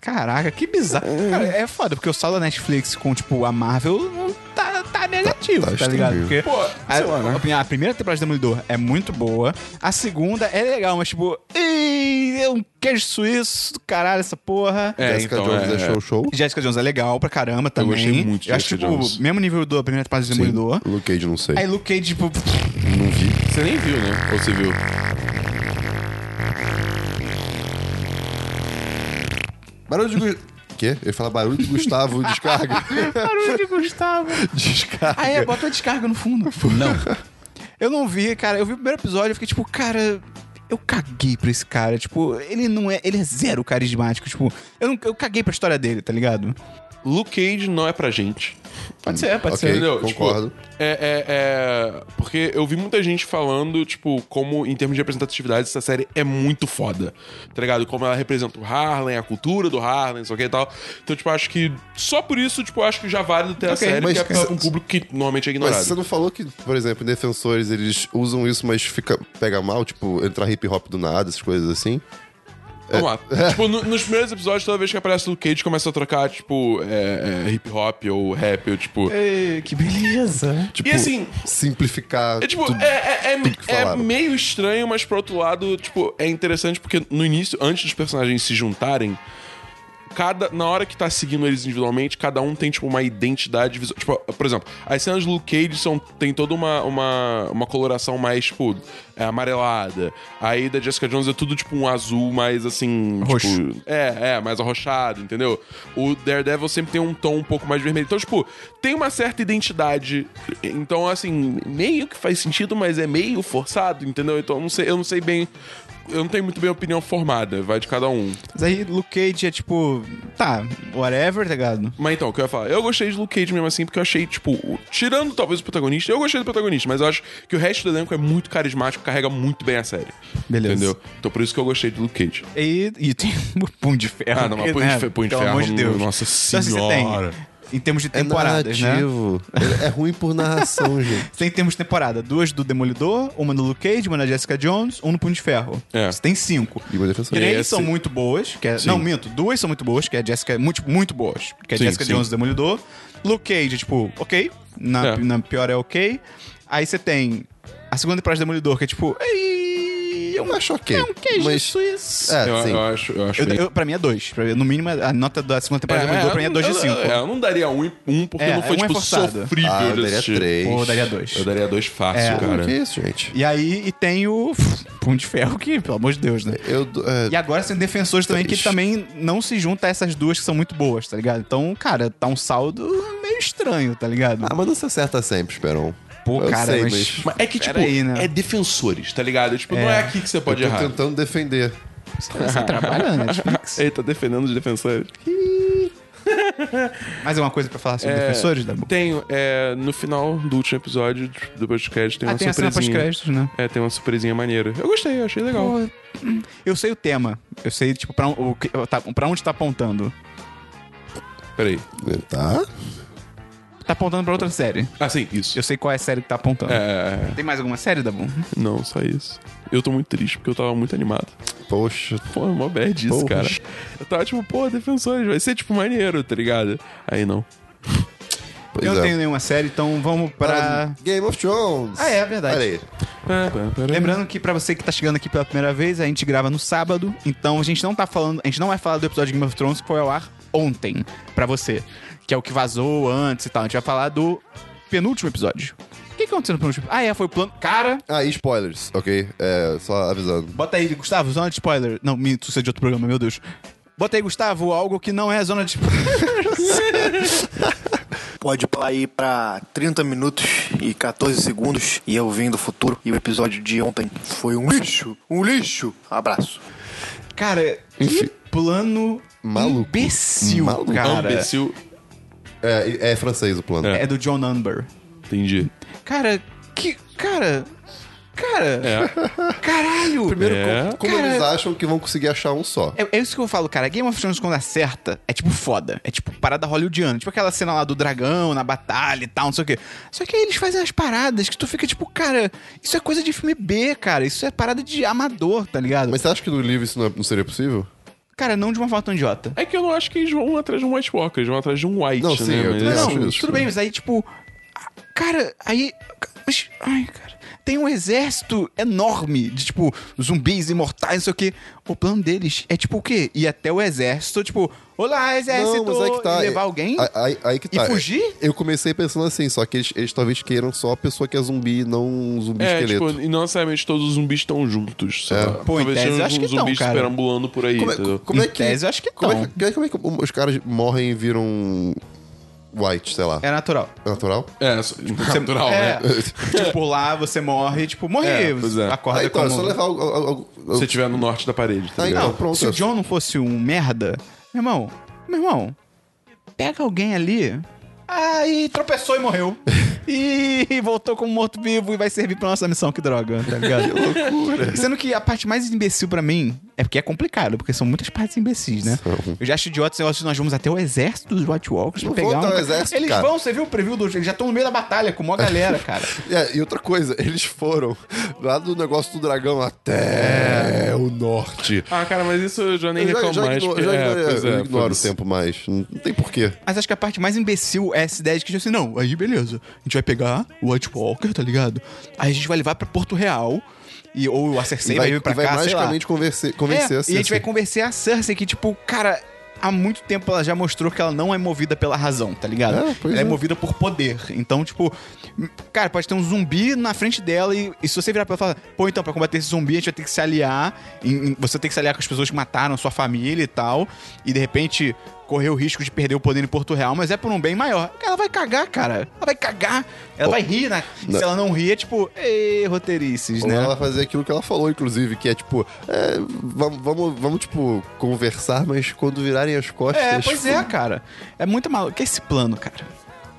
Speaker 1: Caraca, que bizarro. Cara, é foda, porque o saldo da Netflix com, tipo, a Marvel não tá, tá negativo, tá,
Speaker 3: tá
Speaker 1: ligado?
Speaker 3: estranho.
Speaker 1: Porque
Speaker 2: Pô,
Speaker 1: a,
Speaker 2: sei lá, né?
Speaker 1: a primeira- a primeira temporada de Demolidor é muito boa, a segunda é legal, mas, tipo, "Ih, é um queijo suíço do caralho essa porra.
Speaker 2: É,
Speaker 3: Jessica
Speaker 2: então,
Speaker 3: Jones
Speaker 2: é,
Speaker 3: é show show.
Speaker 1: Jessica Jones é legal pra caramba também.
Speaker 2: gostei muito de
Speaker 1: Eu acho,
Speaker 2: Jessica
Speaker 1: tipo,
Speaker 2: Jones.
Speaker 1: mesmo nível do da primeira temporada de Demolidor.
Speaker 3: Luke Cage, não sei.
Speaker 1: Aí Luke Cage, tipo,
Speaker 3: Não vi.
Speaker 2: Você nem viu, né? Ou você viu?
Speaker 3: Barulho de... Gu- Quê? Ele fala barulho de Gustavo, descarga.
Speaker 1: barulho de Gustavo.
Speaker 3: descarga.
Speaker 1: Aí bota a descarga no fundo. Não. Eu não vi, cara. Eu vi o primeiro episódio e fiquei tipo, cara, Eu caguei pra esse cara. Tipo, ele não é. Ele é zero carismático. Tipo, eu, não, eu caguei pra história dele, tá ligado?
Speaker 2: Luke Cage não é pra gente.
Speaker 1: Pode ser, pode
Speaker 3: Ok.
Speaker 1: ser.
Speaker 2: Entendeu?
Speaker 3: concordo.
Speaker 2: Tipo, é, é, é- Porque eu vi muita gente falando, tipo, como em termos de representatividade, essa série é muito foda. Tá ligado? Como ela representa o Harlem, a cultura do Harlem, não sei o que e tal. Então, tipo, acho que só por isso, tipo, acho que já vale ter a
Speaker 3: Ok,
Speaker 2: série,
Speaker 3: mas-
Speaker 2: que é pra um público que normalmente é
Speaker 3: Mas
Speaker 2: ignorado.
Speaker 3: você não falou que, por exemplo, defensores, eles usam isso, mas fica, pega mal, tipo, entrar hip hop do nada, essas coisas assim?
Speaker 2: Vamos lá.
Speaker 3: É.
Speaker 2: tipo, no- nos primeiros episódios, toda vez que aparece o Luke Cage, começa a trocar, tipo, é, é, hip hop ou rap, ou tipo.
Speaker 1: Que beleza.
Speaker 3: Tipo,
Speaker 2: assim,
Speaker 3: simplificar
Speaker 2: É tipo,
Speaker 3: tudo.
Speaker 2: é, é- é-
Speaker 3: tudo que
Speaker 2: é
Speaker 3: falaram.
Speaker 2: meio estranho, mas por outro lado, tipo, é interessante porque no início, antes dos personagens se juntarem, cada. Na hora que tá seguindo eles individualmente, cada um tem, tipo, uma identidade visual. Tipo, por exemplo, as cenas do Luke Cage são, tem toda uma, uma, uma coloração mais, tipo, é, amarelada. Aí da Jessica Jones é tudo, tipo, um azul mais assim.
Speaker 1: Roxo.
Speaker 2: Tipo, é, é, mais arrochado, entendeu? O Daredevil sempre tem um tom um pouco mais vermelho. Então, tipo, tem uma certa identidade. Então, assim, meio que faz sentido, mas é meio forçado, entendeu? Então, eu não sei, eu não sei bem. Eu não tenho muito bem a opinião formada, vai de cada um.
Speaker 1: Mas aí Luke Cage é tipo. Tá, whatever, tá ligado?
Speaker 2: Mas então, o que eu ia falar? Eu gostei de Luke Cage mesmo assim, porque eu achei, tipo, o- tirando talvez o protagonista, eu gostei do protagonista, mas eu acho que o resto do elenco é muito carismático, carrega muito bem a série.
Speaker 1: Beleza.
Speaker 2: Entendeu? Então por isso que eu gostei de Luke Cage.
Speaker 1: E, e tem o Punho de Ferro.
Speaker 2: Ah, não, mas
Speaker 1: que,
Speaker 2: Punho de
Speaker 1: né,
Speaker 2: Fe- Punho de
Speaker 1: pelo
Speaker 2: Ferro,
Speaker 1: amor de Deus.
Speaker 2: nossa
Speaker 1: assim,
Speaker 2: senhora.
Speaker 1: você tem, em termos de
Speaker 3: É
Speaker 1: temporadas, né?
Speaker 3: narrativo. É, é ruim por narração, gente.
Speaker 1: Você tem em termos de temporada. Duas do Demolidor, uma do Luke Cage, uma da Jessica Jones, um no Punho de Ferro.
Speaker 2: É.
Speaker 1: Você tem cinco.
Speaker 3: E é uma defensora.
Speaker 1: Três
Speaker 2: E esse-
Speaker 1: são um- muito boas, que é, não, minto, duas são muito boas, que é a Jessica, muito, muito boas, que é a
Speaker 2: Sim,
Speaker 1: Jessica
Speaker 2: sim.
Speaker 1: Jones Demolidor. Luke Cage, tipo, ok, na,
Speaker 2: É.
Speaker 1: na pior é ok. Aí você tem a segunda temporada do Demolidor, que é tipo, ei, é um,
Speaker 3: Eu acho ok.
Speaker 1: é um queijo
Speaker 3: mas,
Speaker 1: suíço.
Speaker 3: É,
Speaker 2: eu,
Speaker 3: sim.
Speaker 2: eu acho, eu acho
Speaker 1: Ah, Eu,
Speaker 2: bem-
Speaker 1: eu- pra mim é dois. Pra- no mínimo, a nota da segunda temporada do Demolidor pra mim é dois de
Speaker 2: eu-
Speaker 1: cinco.
Speaker 2: Eu, eu não daria um, e- um porque
Speaker 1: É,
Speaker 2: não foi,
Speaker 1: um é
Speaker 2: tipo,
Speaker 1: forçado.
Speaker 2: sofrível
Speaker 3: ah, eu
Speaker 2: de
Speaker 3: daria
Speaker 2: assistir.
Speaker 3: três.
Speaker 1: Pô, eu daria dois.
Speaker 2: Eu daria dois fácil,
Speaker 1: É.
Speaker 3: Cara.
Speaker 2: cara.
Speaker 3: Que isso, gente?
Speaker 1: E aí, e tem o Punho de Ferro, que, pelo amor de Deus, né?
Speaker 3: Eu, do- é,
Speaker 1: E agora tem defensores também que
Speaker 3: Três.
Speaker 1: também não se junta a essas duas que são muito boas, tá ligado? Então, cara, tá um saldo meio estranho, tá ligado?
Speaker 3: Ah, mas não se acerta sempre, Esperon.
Speaker 1: Pô,
Speaker 3: eu
Speaker 1: cara,
Speaker 3: sei,
Speaker 1: mas-
Speaker 3: mas...
Speaker 2: Mas é que,
Speaker 1: Pera
Speaker 2: tipo,
Speaker 1: aí, né?
Speaker 2: é defensores, tá ligado? Tipo, não é aqui que você pode
Speaker 3: eu tô
Speaker 2: errar.
Speaker 3: tentando defender.
Speaker 1: Você trabalha na Netflix.
Speaker 2: Ele tá defendendo os defensores.
Speaker 1: Mais alguma coisa pra falar sobre
Speaker 2: É,
Speaker 1: defensores, Dabu?
Speaker 2: Tenho. É, no final do último episódio do podcast tem
Speaker 1: Ah,
Speaker 2: uma
Speaker 1: tem a cena
Speaker 2: surpresinha.
Speaker 1: pós-créditos, né?
Speaker 2: É, tem uma surpresinha maneira. Eu gostei, eu achei legal.
Speaker 1: Eu sei o tema. Eu sei, tipo, pra, on- o, que- tá, pra onde tá apontando.
Speaker 2: Peraí.
Speaker 3: Tá?
Speaker 1: Tá apontando pra outra série.
Speaker 2: Ah, sim, isso.
Speaker 1: Eu sei qual é a série que tá apontando.
Speaker 2: É,
Speaker 1: Tem mais alguma série, Dabu?
Speaker 2: não, só isso. Eu tô muito triste porque eu tava muito animado.
Speaker 3: Poxa.
Speaker 2: Pô, é mó bad isso,
Speaker 3: Porra.
Speaker 2: cara. Eu tava tipo, pô, defensores, vai ser tipo maneiro, tá ligado? Aí não.
Speaker 3: Pois
Speaker 1: Eu
Speaker 3: é.
Speaker 1: não tenho nenhuma série, então vamos pra...
Speaker 3: Game of Thrones.
Speaker 1: Ah, é, verdade.
Speaker 3: Pera aí.
Speaker 2: É, pera- pera-
Speaker 1: Lembrando que pra você que tá chegando aqui pela primeira vez, a gente grava no sábado, então a gente não tá falando, a gente não vai falar do episódio de Game of Thrones que foi ao ar ontem pra você, que é o que vazou antes e tal. A gente vai falar do penúltimo episódio. O que que aconteceu no penúltimo? Ah, é, foi o plano. Cara,
Speaker 3: Ah, e spoilers, ok? É, só avisando.
Speaker 1: bota aí, Gustavo, zona de spoiler. Não, me isso é de outro programa, meu Deus. Bota aí, Gustavo, algo que não é zona de
Speaker 7: Pode pular aí pra 30 minutos e 14 segundos e eu vim do futuro e o episódio de ontem foi um lixo, um lixo. Abraço.
Speaker 1: Cara, que plano
Speaker 3: Maluco.
Speaker 1: imbecil,
Speaker 3: Maluco.
Speaker 1: cara.
Speaker 2: um Imbecil.
Speaker 3: É, é francês o plano.
Speaker 1: É do John Number.
Speaker 2: Entendi.
Speaker 1: Cara, que. Cara. Cara.
Speaker 2: É.
Speaker 1: Caralho!
Speaker 3: Primeiro,
Speaker 2: É.
Speaker 3: co- como,
Speaker 1: Cara-
Speaker 3: eles acham que vão conseguir achar um só?
Speaker 1: É, é isso que eu falo, cara. Game of Thrones, quando acerta, é tipo foda. É tipo parada hollywoodiana. Tipo aquela cena lá do dragão, na batalha e tal, não sei o quê. Só que aí eles fazem as paradas que tu fica tipo, cara, isso é coisa de filme B, cara. Isso é parada de amador, tá ligado?
Speaker 3: Mas você acha que no livro isso não, é- não seria possível?
Speaker 1: cara, não de uma forma tão idiota.
Speaker 2: É que eu não acho que eles vão atrás de um White Walker, eles vão atrás de um White,
Speaker 3: Não, sim,
Speaker 2: né?
Speaker 3: eu
Speaker 2: Mas-
Speaker 3: também
Speaker 1: Não,
Speaker 3: acho
Speaker 1: não,
Speaker 3: isso.
Speaker 1: tudo bem, mas aí, tipo. a- Cara, aí. mas- Ai, cara. Tem um exército enorme de, tipo, zumbis imortais, não sei o quê. O plano deles é, tipo, o quê? Ir até o exército, tipo, olá, exército,
Speaker 2: é tá,
Speaker 1: e levar alguém?
Speaker 3: Aí- Aí, aí que
Speaker 1: E
Speaker 3: tá.
Speaker 1: fugir?
Speaker 3: Eu comecei pensando assim, só que eles, eles talvez queiram só a pessoa que é zumbi, não um zumbi
Speaker 2: É,
Speaker 3: esqueleto.
Speaker 2: tipo, e não necessariamente todos os zumbis estão juntos. sei lá.
Speaker 1: Pô, em
Speaker 2: Talvez
Speaker 1: tese
Speaker 2: seja
Speaker 1: eu acho
Speaker 2: um
Speaker 1: que
Speaker 2: zumbi
Speaker 1: não, cara.
Speaker 2: perambulando por aí,
Speaker 3: Como é,
Speaker 2: entendeu?
Speaker 3: como é
Speaker 1: Em
Speaker 3: que.
Speaker 1: tese, eu acho que
Speaker 3: como é
Speaker 1: não.
Speaker 3: que, como é que os caras morrem e viram White, sei lá.
Speaker 1: É natural.
Speaker 3: É natural?
Speaker 2: É, só- natural,
Speaker 1: É.
Speaker 2: né?
Speaker 1: tipo, lá você morre, tipo, morri.
Speaker 2: É, pois é.
Speaker 3: Ah,
Speaker 1: Acorda
Speaker 3: então, é
Speaker 1: como...
Speaker 3: só levar o. o- o- o-
Speaker 2: Se tiver no norte da parede, tá
Speaker 3: Ah,
Speaker 2: ligado?
Speaker 3: então, pronto.
Speaker 1: Se o John não fosse um merda, meu irmão, meu irmão, pega alguém ali. Aí tropeçou e morreu. e voltou como morto-vivo e vai servir pra nossa missão, que droga, tá ligado? que loucura. Sendo que a parte mais imbecil pra mim é porque é complicado, porque são muitas partes imbecis, né? Eu já acho idiota esse negócio de nós vamos até o exército dos White Walkers pra
Speaker 3: Não
Speaker 1: pegar
Speaker 3: volta
Speaker 1: um.
Speaker 3: ao exército,
Speaker 1: eles
Speaker 3: cara.
Speaker 1: vão, você viu o preview do. Eles já estão no meio da batalha com uma galera, cara.
Speaker 3: É, e outra coisa, eles foram lá do negócio do dragão
Speaker 1: É.
Speaker 3: até o norte.
Speaker 2: Ah, cara, mas isso eu já nem
Speaker 3: Eu já-
Speaker 2: reclamo
Speaker 3: já
Speaker 2: mais.
Speaker 3: ignoro-
Speaker 2: porque-
Speaker 3: já
Speaker 2: é,
Speaker 3: ignoro-
Speaker 2: pois é,
Speaker 3: eu ignoro o
Speaker 2: foda-se.
Speaker 3: tempo mais. Não tem porquê.
Speaker 1: Mas acho que a parte mais imbecil é essa ideia de que, tipo assim, não, aí beleza, a gente vai pegar o White Walker, tá ligado? Aí a gente vai levar pra Porto Real, e, ou a Cersei vai, vir pra
Speaker 3: e vai
Speaker 1: cá, sei lá.
Speaker 3: magicamente convencer,
Speaker 1: É, e
Speaker 3: convencer a
Speaker 1: a gente vai
Speaker 3: Cersei.
Speaker 1: convencer a Cersei que, tipo, cara, há muito tempo ela já mostrou que ela não é movida pela razão, tá ligado?
Speaker 3: É, pois
Speaker 1: ela é.
Speaker 3: é.
Speaker 1: movida por poder. Então, tipo, m- cara, pode ter um zumbi na frente dela e, e se você virar pra ela e falar, pô, então, pra combater esse zumbi a gente vai ter que se aliar, em- em- você tem que se aliar com as pessoas que mataram sua família e tal, e de repente correr o risco de perder o poder em Porto Real, mas é por um bem maior. Ela vai cagar, cara. Ela vai cagar. Ela vai rir, né? Se ela não rir, é tipo, ê, roteirices,
Speaker 3: Ou
Speaker 1: né?
Speaker 3: ela vai fazer aquilo que ela falou, inclusive, que é tipo, é, vamos, vamos, vamos, tipo, conversar, mas quando virarem as costas.
Speaker 1: É, pois é, cara. É muito maluco. Que esse plano, cara.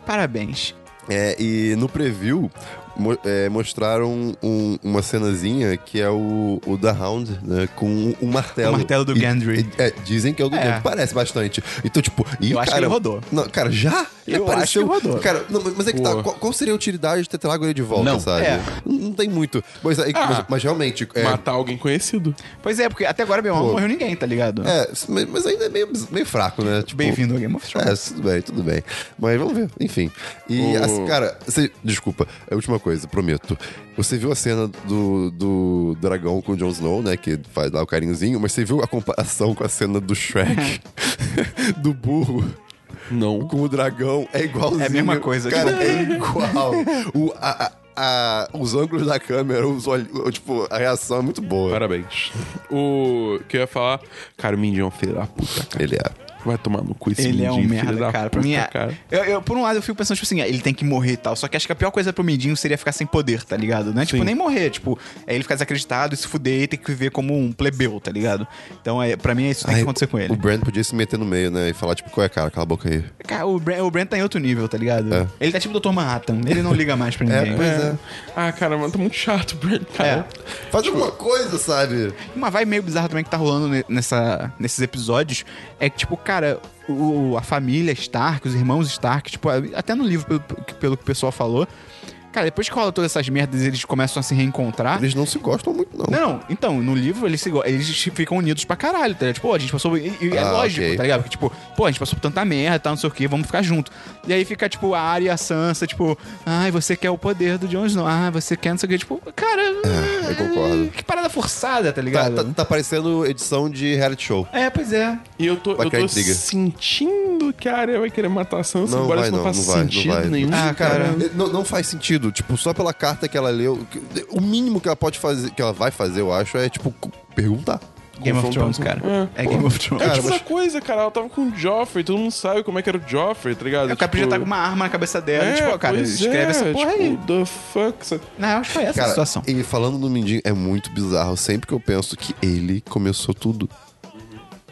Speaker 1: Parabéns.
Speaker 3: É, e no preview mo- é, mostraram um- uma cenazinha que é o, o The Hound, né? Com um, martelo.
Speaker 1: O martelo do
Speaker 3: E-
Speaker 1: Gendry.
Speaker 3: e- é, dizem que é o do
Speaker 1: É.
Speaker 3: Gendry. Parece bastante. Então, tipo, e,
Speaker 1: Eu acho que
Speaker 3: cara,
Speaker 1: ele rodou.
Speaker 3: Não, cara, já? Ele
Speaker 1: Eu acho
Speaker 3: apareceu.
Speaker 1: que rodou.
Speaker 3: Cara, não, mas é que tá.
Speaker 2: Pô.
Speaker 3: Qual, qual seria a utilidade de ter trago ele de volta,
Speaker 2: Não.
Speaker 3: sabe?
Speaker 1: É.
Speaker 3: Não, não tem muito. Mas, aí-
Speaker 2: Ah.
Speaker 3: mas- mas realmente. É,
Speaker 2: Matar alguém conhecido.
Speaker 1: Pois é, porque até agora, meu irmão, não morreu ninguém, tá ligado?
Speaker 3: é, mas- mas ainda é meio, meio fraco, né? Tipo,
Speaker 1: Bem-vindo ao Game of Thrones.
Speaker 3: É, tudo bem, tudo bem. Mas vamos ver, enfim. E,
Speaker 2: O-
Speaker 3: assim, cara, você- desculpa, é a última coisa, prometo. Você viu a cena do, do dragão com o Jon Snow, né? Que faz lá o carinhozinho, mas você viu a comparação com a cena do Shrek, do burro.
Speaker 2: Não.
Speaker 3: Com o dragão é igualzinho.
Speaker 1: É a mesma coisa,
Speaker 3: cara.
Speaker 1: tipo.
Speaker 3: É igual. O- a- a- a- os ângulos da câmera, os olhos. Tipo, a reação é muito boa.
Speaker 2: Parabéns. O que eu ia falar. Cara, o Mindinho é um filho da puta, cara.
Speaker 3: Ele é.
Speaker 2: Vai tomar no cu esse
Speaker 1: Ele é um
Speaker 2: Mindinho, filho
Speaker 1: merda,
Speaker 2: da
Speaker 1: cara. Pra
Speaker 2: puta,
Speaker 1: mim é.
Speaker 2: cara.
Speaker 1: Eu, eu, por um lado, eu fico pensando, tipo assim, ah, ele tem que morrer e tal. Só que acho que a pior coisa pro Midinho seria ficar sem poder, tá ligado? Não é tipo
Speaker 2: Sim.
Speaker 1: nem morrer, tipo, é ele ficar desacreditado e se fuder e ter que viver como um plebeu, tá ligado? Então, é, pra mim, é isso que tem
Speaker 3: Ai,
Speaker 1: que acontecer com ele.
Speaker 3: O Brand podia se meter no meio, né? E falar, tipo, qual é, cara? Cala a boca aí.
Speaker 1: Cara, o Brent, o Brent tá em outro nível, tá ligado?
Speaker 3: É.
Speaker 1: Ele tá tipo o Dr. Manhattan. Ele não liga mais pra ninguém.
Speaker 3: pois
Speaker 2: É. Ah, cara, mas tá muito chato, Brent, cara.
Speaker 1: É.
Speaker 3: Faz alguma
Speaker 1: Tipo,
Speaker 3: coisa, sabe?
Speaker 1: Uma vibe meio bizarra também que tá rolando ne- nessa, nesses episódios é que, tipo, cara, o, a família Stark, os irmãos Stark, tipo, até no livro, pelo, pelo que o pessoal falou, cara, depois que rola todas essas merdas e eles começam a se reencontrar.
Speaker 3: Eles não se gostam muito, não.
Speaker 1: Não, então, no livro eles, se go- eles ficam unidos pra caralho, tá ligado? Tipo, pô, a gente passou. E, e é
Speaker 3: Ah,
Speaker 1: lógico,
Speaker 3: ok.
Speaker 1: tá ligado? Porque, tipo, pô, a gente passou por tanta merda e tal, não sei o quê, vamos ficar junto. E aí fica, tipo, a Arya e a Sansa, tipo, ai, você quer o poder do Jon Snow, ah, você quer não sei o quê. Tipo, cara.
Speaker 3: É, eu concordo.
Speaker 1: Que parada forçada, tá
Speaker 3: Tá,
Speaker 1: ligado?
Speaker 3: tá, tá parecendo edição de reality show.
Speaker 1: É, pois é.
Speaker 2: E eu tô,
Speaker 3: Vai
Speaker 2: eu
Speaker 3: cair
Speaker 2: tô
Speaker 3: intriga.
Speaker 2: sentindo que a área vai querer matar a Sansa,
Speaker 3: Não
Speaker 2: embora
Speaker 3: vai,
Speaker 2: isso não
Speaker 3: não,
Speaker 2: faça
Speaker 3: não vai, não
Speaker 2: sentido
Speaker 3: vai.
Speaker 2: nenhum.
Speaker 1: Ah, cara.
Speaker 3: eh, Não, não faz sentido. Tipo, só pela carta que ela leu. que- O mínimo que ela pode fazer, que ela vai fazer, eu acho, é, tipo, cu- perguntar.
Speaker 1: Game of
Speaker 2: Confrontação.
Speaker 1: Thrones, cara. É,
Speaker 3: Ah.
Speaker 2: É.
Speaker 1: Game of Thrones.
Speaker 2: é
Speaker 1: Cara,
Speaker 2: tipo uma coisa, cara. Ela tava com o Joffrey, todo mundo sabe como é que era o Joffrey, tá ligado?
Speaker 1: É, o cara podia
Speaker 2: Tipo,
Speaker 1: estar com uma arma na cabeça dela.
Speaker 2: é,
Speaker 1: tipo, ó, cara,
Speaker 2: pois
Speaker 1: escreve
Speaker 2: é,
Speaker 1: essa porra
Speaker 2: tipo,
Speaker 1: aí.
Speaker 2: The fuck? sabe?
Speaker 1: Não, acho que foi essa a
Speaker 3: Cara,
Speaker 1: situação.
Speaker 3: e falando do Mindinho, é muito bizarro. Sempre que eu penso que ele começou tudo.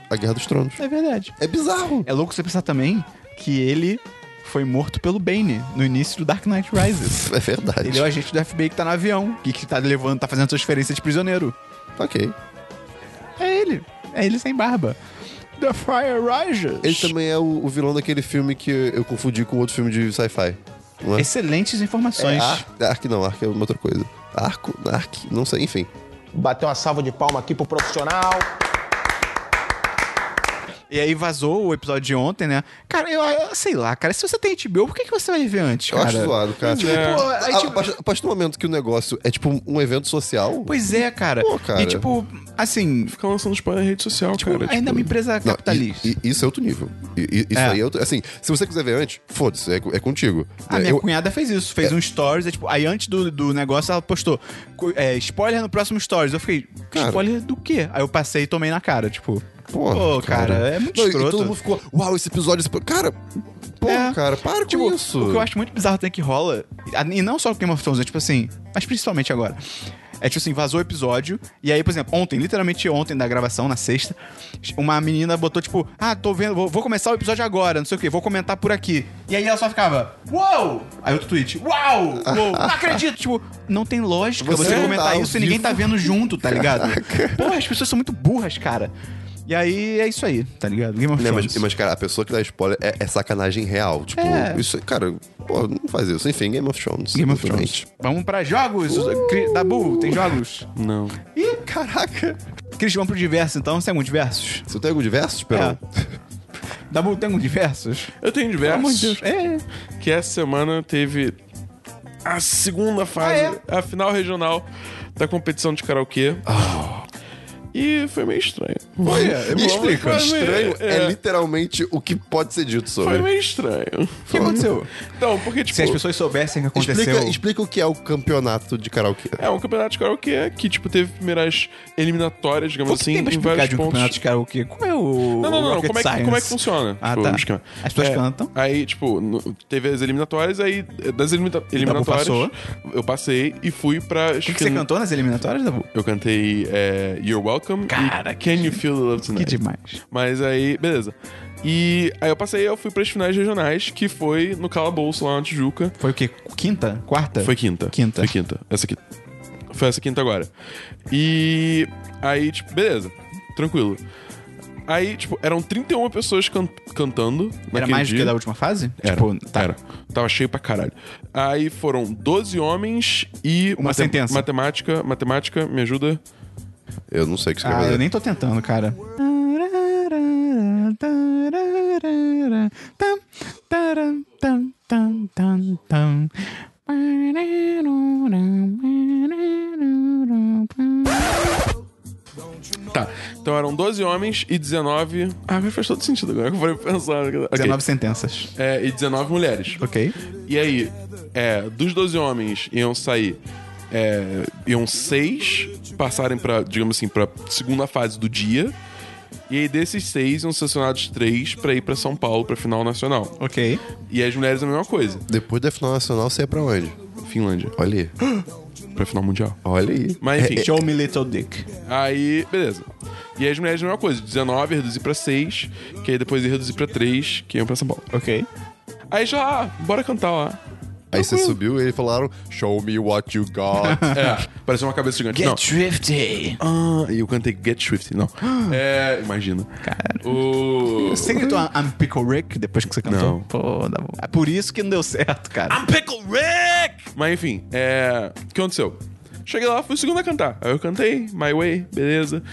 Speaker 3: A Guerra dos Tronos.
Speaker 1: É verdade.
Speaker 3: É bizarro.
Speaker 1: É louco você pensar também que ele foi morto pelo Bane no início do Dark Knight Rises.
Speaker 3: É verdade.
Speaker 1: ele é o agente do FBI que tá no avião, que, que tá levando, tá fazendo transferência de prisioneiro.
Speaker 3: Ok.
Speaker 1: É ele. É ele sem barba. The Fire Rises.
Speaker 3: Ele também é o, o vilão daquele filme que eu confundi com outro filme de sci-fi. não é?
Speaker 1: Excelentes informações.
Speaker 3: É, Ark, Ark não, Ark é uma outra coisa. Arco, Ark, não sei, enfim.
Speaker 4: Bateu uma salva de palma aqui pro profissional.
Speaker 1: E aí vazou o episódio de ontem, né? Cara, eu, eu sei lá, cara. Se você tem HBO, por que, que você vai ver antes,
Speaker 3: Eu
Speaker 1: cara?
Speaker 3: acho zoado, cara. Tipo,
Speaker 1: É.
Speaker 3: pô,
Speaker 1: Aí,
Speaker 3: a,
Speaker 1: tipo-
Speaker 3: a partir- a partir do momento que o negócio é tipo um evento social.
Speaker 1: Pois é, cara.
Speaker 3: Pô, cara.
Speaker 1: E tipo, assim,
Speaker 2: Ficar lançando spoiler na rede social,
Speaker 1: tipo,
Speaker 2: cara.
Speaker 1: ainda é uma empresa
Speaker 3: Não,
Speaker 1: capitalista.
Speaker 3: i- i- isso é outro nível. I- i- isso
Speaker 1: É.
Speaker 3: aí é outro. Assim, se você quiser ver antes, foda-se, é, co- é contigo.
Speaker 1: a
Speaker 3: É,
Speaker 1: Ah, minha
Speaker 3: eu-
Speaker 1: cunhada fez isso, fez um stories, é, tipo, aí antes do, do negócio ela postou cu- é, spoiler no próximo stories. Eu fiquei,
Speaker 3: Cara.
Speaker 1: spoiler do quê? Aí eu passei e tomei na cara, tipo.
Speaker 3: Porra,
Speaker 1: Pô, cara, é muito
Speaker 3: e-
Speaker 1: escroto.
Speaker 3: E todo mundo ficou, uau, esse episódio... esse- Cara, porra,
Speaker 1: É.
Speaker 3: cara, para
Speaker 1: Tipo,
Speaker 3: com isso.
Speaker 1: o que eu acho muito bizarro também é que rola, e não só com Game of Thrones, é tipo assim, mas principalmente agora. É tipo assim, vazou o episódio, e aí, por exemplo, ontem, literalmente ontem da gravação, na sexta, uma menina botou tipo, ah, tô vendo, vou, vou começar o episódio agora, não sei o quê, vou comentar por aqui. E aí ela só ficava, uou! Aí outro tweet, uau! uou, não acredito! tipo, não tem lógica
Speaker 3: Você
Speaker 1: você,
Speaker 3: não
Speaker 1: comentar
Speaker 3: tá ao
Speaker 1: isso e ninguém
Speaker 3: vivo.
Speaker 1: tá vendo junto, tá ligado? Porra, as pessoas são muito burras, cara. E aí é isso aí, tá ligado? Game of
Speaker 3: Né,
Speaker 1: Thrones.
Speaker 3: mas, mas, cara, a pessoa que dá spoiler é, é sacanagem real. Tipo,
Speaker 1: É.
Speaker 3: isso, cara, pô, não faz isso. Enfim, Game of Thrones.
Speaker 1: Game of
Speaker 3: simplesmente.
Speaker 1: Thrones. Vamos pra jogos. Cri- Dabu, tem jogos?
Speaker 2: Tipo, Não.
Speaker 1: Ih, caraca. Cris, vamos pro diverso então. Você tem algum diversos?
Speaker 3: Você tem algum diverso,
Speaker 1: É.
Speaker 3: Esperão?
Speaker 1: Dabu, tem algum diversos?
Speaker 2: Eu tenho
Speaker 1: Pelo amor de
Speaker 2: diversos.
Speaker 1: Deus. É.
Speaker 2: que essa semana teve a
Speaker 1: Ah,
Speaker 2: segunda
Speaker 1: é?
Speaker 2: fase, a final regional da competição de karaokê.
Speaker 1: Ah.
Speaker 2: E foi meio estranho.
Speaker 1: é,
Speaker 3: Olha,
Speaker 2: me explica.
Speaker 3: Estranho é,
Speaker 2: É.
Speaker 3: literalmente o que pode ser dito
Speaker 2: Foi
Speaker 3: sobre.
Speaker 2: meio estranho.
Speaker 1: O que aconteceu?
Speaker 2: Então, porque tipo.
Speaker 1: Se as pessoas soubessem o que aconteceu.
Speaker 3: Explica, explica o que é o campeonato de karaokê.
Speaker 2: É um campeonato de karaokê que, tipo, teve primeiras eliminatórias, digamos
Speaker 1: Quanto
Speaker 2: assim,
Speaker 1: tempo pra
Speaker 2: em
Speaker 1: explicar
Speaker 2: vários
Speaker 1: de um
Speaker 2: pontos.
Speaker 1: campeonato de karaokê? Como é o.
Speaker 2: Não, não, não. não.
Speaker 1: rocket
Speaker 2: Como é, que, como é que
Speaker 1: science?
Speaker 2: funciona?
Speaker 1: Ah,
Speaker 2: tipo,
Speaker 1: tá.
Speaker 2: o esquema?
Speaker 1: As pessoas
Speaker 2: É,
Speaker 1: cantam.
Speaker 2: Aí, tipo, no- teve as eliminatórias, aí eh, das elimina eliminatórias
Speaker 1: passou.
Speaker 2: eu passei e fui pra...
Speaker 1: O que, que você cantou nas eliminatórias, Dabu?
Speaker 2: Eu cantei eh, You're Welcome
Speaker 1: Cara,
Speaker 2: e Can You Feel the Love Tonight.
Speaker 1: Que demais.
Speaker 2: Mas aí, beleza. E aí eu passei, eu fui pras finais regionais, que foi no Calabouço, lá na Tijuca.
Speaker 1: Foi o quê? Quinta? Quarta?
Speaker 2: Foi quinta.
Speaker 1: Quinta.
Speaker 2: Foi quinta. Essa aqui. Foi essa quinta agora. E aí, tipo, beleza. Tranquilo. Aí, tipo, eram 31 pessoas can- cantando.
Speaker 1: Era
Speaker 2: naquele
Speaker 1: mais do
Speaker 2: dia.
Speaker 1: que da última fase?
Speaker 2: Era,
Speaker 1: Tipo, tá.
Speaker 2: era. Tava cheio pra caralho. Aí foram 12 homens e...
Speaker 1: Uma sentença.
Speaker 2: Matemática, matemática, me ajuda.
Speaker 3: Eu não sei o que você
Speaker 1: Ah,
Speaker 3: quer
Speaker 1: eu
Speaker 3: dizer.
Speaker 1: nem tô tentando, cara.
Speaker 2: Tá. Então eram 12 homens e 19... Ah, agora faz todo sentido agora que eu falei pra pensar. Ok.
Speaker 1: 19 sentenças.
Speaker 2: É, e 19 mulheres.
Speaker 1: Ok.
Speaker 2: E aí, é, dos 12 homens iam sair. É, iam seis passarem pra, digamos assim, pra segunda fase do dia. E aí, desses seis, iam selecionados três pra ir pra São Paulo, pra final nacional.
Speaker 1: Ok.
Speaker 2: E as mulheres é a mesma coisa.
Speaker 3: Depois da final nacional, você é pra onde?
Speaker 2: Finlândia,
Speaker 3: Olha aí.
Speaker 2: pra final mundial.
Speaker 3: Olha aí.
Speaker 2: Mas enfim,
Speaker 1: Show me little dick.
Speaker 2: aí, beleza. E aí as mulheres é a mesma coisa, 19 ia reduzir pra 6, que aí depois ia reduzir pra 3, que iam pra São Paulo.
Speaker 1: Ok.
Speaker 2: Aí já, ah, bora cantar lá.
Speaker 3: Aí você subiu e eles falaram: Show me what you got.
Speaker 2: É, parecia uma cabeça gigante. Não.
Speaker 1: Drifty.
Speaker 2: Ah, e eu cantei Get Swift, não. É, imagina. Cara. O...
Speaker 1: Você gritou é I'm Pickle Rick depois que você cantou?
Speaker 2: Não.
Speaker 1: Pô, dá bom. É por isso que não deu certo, cara.
Speaker 2: Pickle Rick! Mas enfim, é. O que aconteceu? Cheguei lá, fui o segundo a cantar. Aí eu cantei My Way, beleza.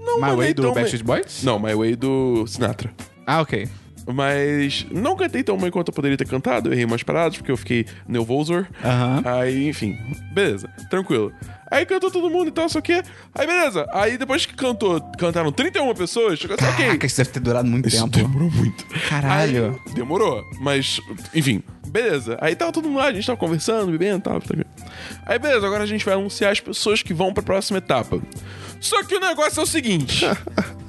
Speaker 2: Não
Speaker 1: My
Speaker 2: mandei
Speaker 1: Way do
Speaker 2: tão
Speaker 1: Backstreet
Speaker 2: bem-
Speaker 1: Boys?
Speaker 2: Não, My Way do Sinatra.
Speaker 1: Ah, ok.
Speaker 2: Mas não cantei tão bem quanto eu poderia ter cantado. Eu errei umas paradas porque eu fiquei nervoso.
Speaker 1: Aham.
Speaker 2: Aí, enfim, beleza, tranquilo. Aí cantou todo mundo e tal, só que. Aí, beleza. Aí depois que cantou, cantaram 31 pessoas, chegou assim, ok.
Speaker 1: Caraca, isso deve ter durado muito
Speaker 2: Isso
Speaker 1: tempo.
Speaker 2: demorou muito.
Speaker 1: Caralho.
Speaker 2: Aí, demorou, mas, enfim, beleza. Aí tava todo mundo lá, a gente tava conversando, bebendo, tava tranquilo. Aí, beleza, agora a gente vai anunciar as pessoas que vão pra próxima etapa. Só que o negócio é o seguinte: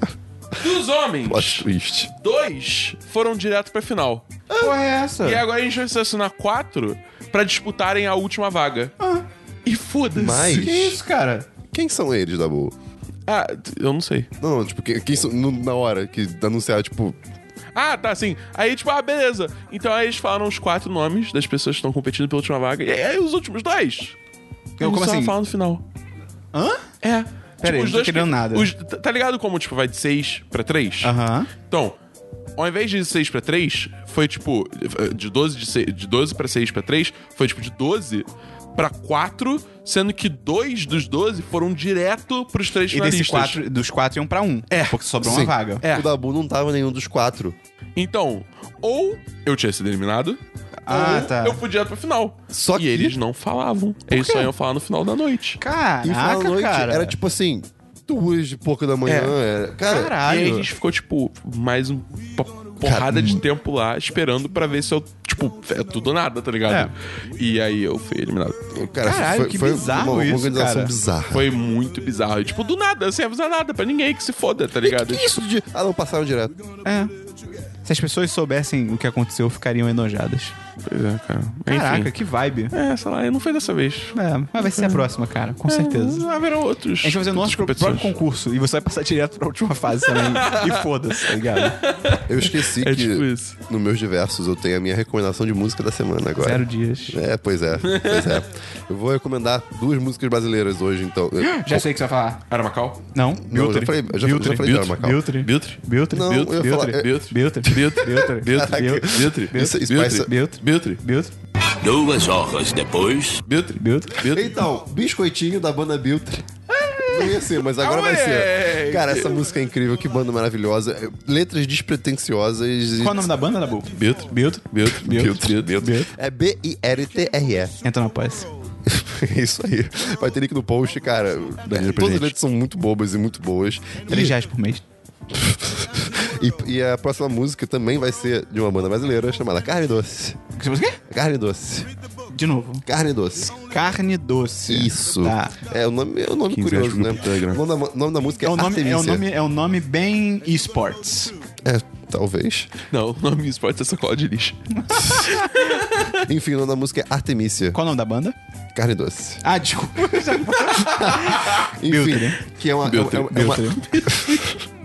Speaker 2: dos
Speaker 3: Plot
Speaker 2: homens,
Speaker 3: twist.
Speaker 2: dois foram direto pra final.
Speaker 1: Que porra é essa?
Speaker 2: E agora a gente vai selecionar quatro pra disputarem a última vaga.
Speaker 1: Ah.
Speaker 2: E foda-se.
Speaker 3: Mas-
Speaker 1: Que isso, cara?
Speaker 3: Quem são eles, Dabu?
Speaker 2: Ah, eu não sei.
Speaker 3: Não, não, tipo, quem, quem são. no- na hora que anunciaram, tipo.
Speaker 2: Ah, tá, sim. Aí, tipo, ah, beleza. Então aí eles falaram os quatro nomes das pessoas que estão competindo pela última vaga. E aí os últimos dois.
Speaker 1: Eu, como
Speaker 2: só
Speaker 1: assim?
Speaker 2: falam no final.
Speaker 1: Hã?
Speaker 2: É.
Speaker 1: Peraí, não tô
Speaker 2: que-
Speaker 1: entendendo nada.
Speaker 2: os- tá tá ligado como, tipo, vai de seis pra três?
Speaker 1: Aham.
Speaker 2: Então, ao invés de 6 pra 3, foi tipo. De 12, de se- de 12 pra 6 pra 3, foi tipo de 12 pra 4, sendo que dois dos 12 foram direto pros três
Speaker 1: E desses
Speaker 2: finalistas.
Speaker 1: quatro, dos quatro iam pra um.
Speaker 2: É.
Speaker 1: Porque sobrou
Speaker 3: Sim.
Speaker 1: uma vaga.
Speaker 2: É.
Speaker 3: O Dabu não tava nenhum dos quatro.
Speaker 2: Então, ou eu tinha sido eliminado,
Speaker 1: Ah,
Speaker 2: ou
Speaker 1: tá.
Speaker 2: Então, é. eu fui direto pra final.
Speaker 3: Só
Speaker 2: e
Speaker 3: que-
Speaker 2: eles não falavam. Eles só iam falar no final da noite.
Speaker 3: E final da
Speaker 1: Caraca,
Speaker 3: noite
Speaker 1: cara. É.
Speaker 3: era tipo assim, duas e pouca da manhã. era- Cara,
Speaker 2: E aí a
Speaker 1: Caralho.
Speaker 2: gente ficou, tipo, mais um- uma porrada de tempo lá esperando pra ver se eu tipo, tipo, é tudo ou nada, tá ligado?
Speaker 3: É.
Speaker 2: E aí eu fui eliminado.
Speaker 3: Cara,
Speaker 1: Caralho,
Speaker 3: foi,
Speaker 1: que
Speaker 3: foi
Speaker 1: bizarro
Speaker 3: uma, uma
Speaker 1: isso,
Speaker 3: organização
Speaker 1: cara.
Speaker 3: bizarra.
Speaker 2: Foi muito bizarro. E, tipo, do nada, sem avisar nada pra ninguém que se foda, tá ligado?
Speaker 1: tipo
Speaker 3: Que isso de. Ah, não, passaram direto.
Speaker 1: É. Se as pessoas soubessem o que aconteceu, ficariam enojadas.
Speaker 2: Pois é, cara. Enfim.
Speaker 1: Caraca, que vibe.
Speaker 2: É, sei lá, não foi dessa vez.
Speaker 1: É, mas vai ser a próxima, cara, com certeza.
Speaker 2: É, Tipo, haverão outros.
Speaker 1: A gente vai fazer o nosso
Speaker 2: outras
Speaker 1: próprio
Speaker 2: competições.
Speaker 1: concurso e você vai passar direto pra última fase também. e foda-se, tá ligado?
Speaker 3: Eu esqueci
Speaker 2: É
Speaker 3: que
Speaker 2: tipo isso.
Speaker 3: no meus diversos eu tenho a minha recomendação de música da semana agora.
Speaker 1: Zero dias.
Speaker 3: É, pois é, pois é. Eu vou recomendar duas músicas brasileiras hoje, então. Eu-
Speaker 1: Já sei o que você vai falar.
Speaker 2: Aramacal?
Speaker 1: Não?
Speaker 3: eu já falei- eu já- eu já falei dela, Macau.
Speaker 1: Biltre.
Speaker 2: Biltre?
Speaker 1: Biltre.
Speaker 3: Não, eu ia
Speaker 1: Biltre.
Speaker 3: falar- é-
Speaker 1: Biltre. Biltre. Biltre.
Speaker 2: Biltre. Biltre.
Speaker 3: Isso- isso
Speaker 2: Biltre.
Speaker 3: parece-
Speaker 1: Biltre.
Speaker 2: Biltre.
Speaker 1: Biltre.
Speaker 5: Duas horas depois.
Speaker 2: Biltre.
Speaker 1: Biltre.
Speaker 2: Biltre.
Speaker 3: Então, Biscoitinho da banda Biltre. Não ia ser, mas agora vai ser. Cara, essa música é incrível, que banda maravilhosa. Letras despretensiosas. e-
Speaker 1: Qual é o nome da banda, Nabu?
Speaker 2: Biltre.
Speaker 1: Biltre.
Speaker 2: Biltre. Biltre. Biltre.
Speaker 3: É B-I-R-T-R-E.
Speaker 1: Entra na posse.
Speaker 3: É isso aí. Vai ter link no post, cara.
Speaker 2: Danilo
Speaker 3: Todas
Speaker 2: presente.
Speaker 3: as letras são muito bobas e muito boas.
Speaker 1: Três
Speaker 3: E-
Speaker 1: reais por mês.
Speaker 3: E, e a próxima música também vai ser de uma banda brasileira chamada Carne Doce.
Speaker 1: Você faz o quê?
Speaker 3: Carne Doce.
Speaker 1: De novo.
Speaker 3: Carne Doce.
Speaker 1: Carne doce.
Speaker 3: Isso.
Speaker 1: Tá.
Speaker 3: É o nome, é um nome
Speaker 2: 15 reais
Speaker 3: curioso,
Speaker 2: pro
Speaker 3: né?
Speaker 2: grupo do Telegram.
Speaker 3: O nome, da, o nome da música
Speaker 1: É
Speaker 3: é,
Speaker 1: um, nome, é, um
Speaker 3: Artemisia.
Speaker 1: nome, é um nome bem esportes.
Speaker 3: É, talvez.
Speaker 2: Não, o nome disso pode ser sacola de lixo.
Speaker 3: Enfim, o nome da música é Artemisia.
Speaker 1: Qual é o nome da banda?
Speaker 3: Carne Doce.
Speaker 1: Ah, desculpa.
Speaker 3: Enfim,
Speaker 1: Biltre.
Speaker 3: que é uma, é uma-
Speaker 2: Biltre,
Speaker 3: é, uma,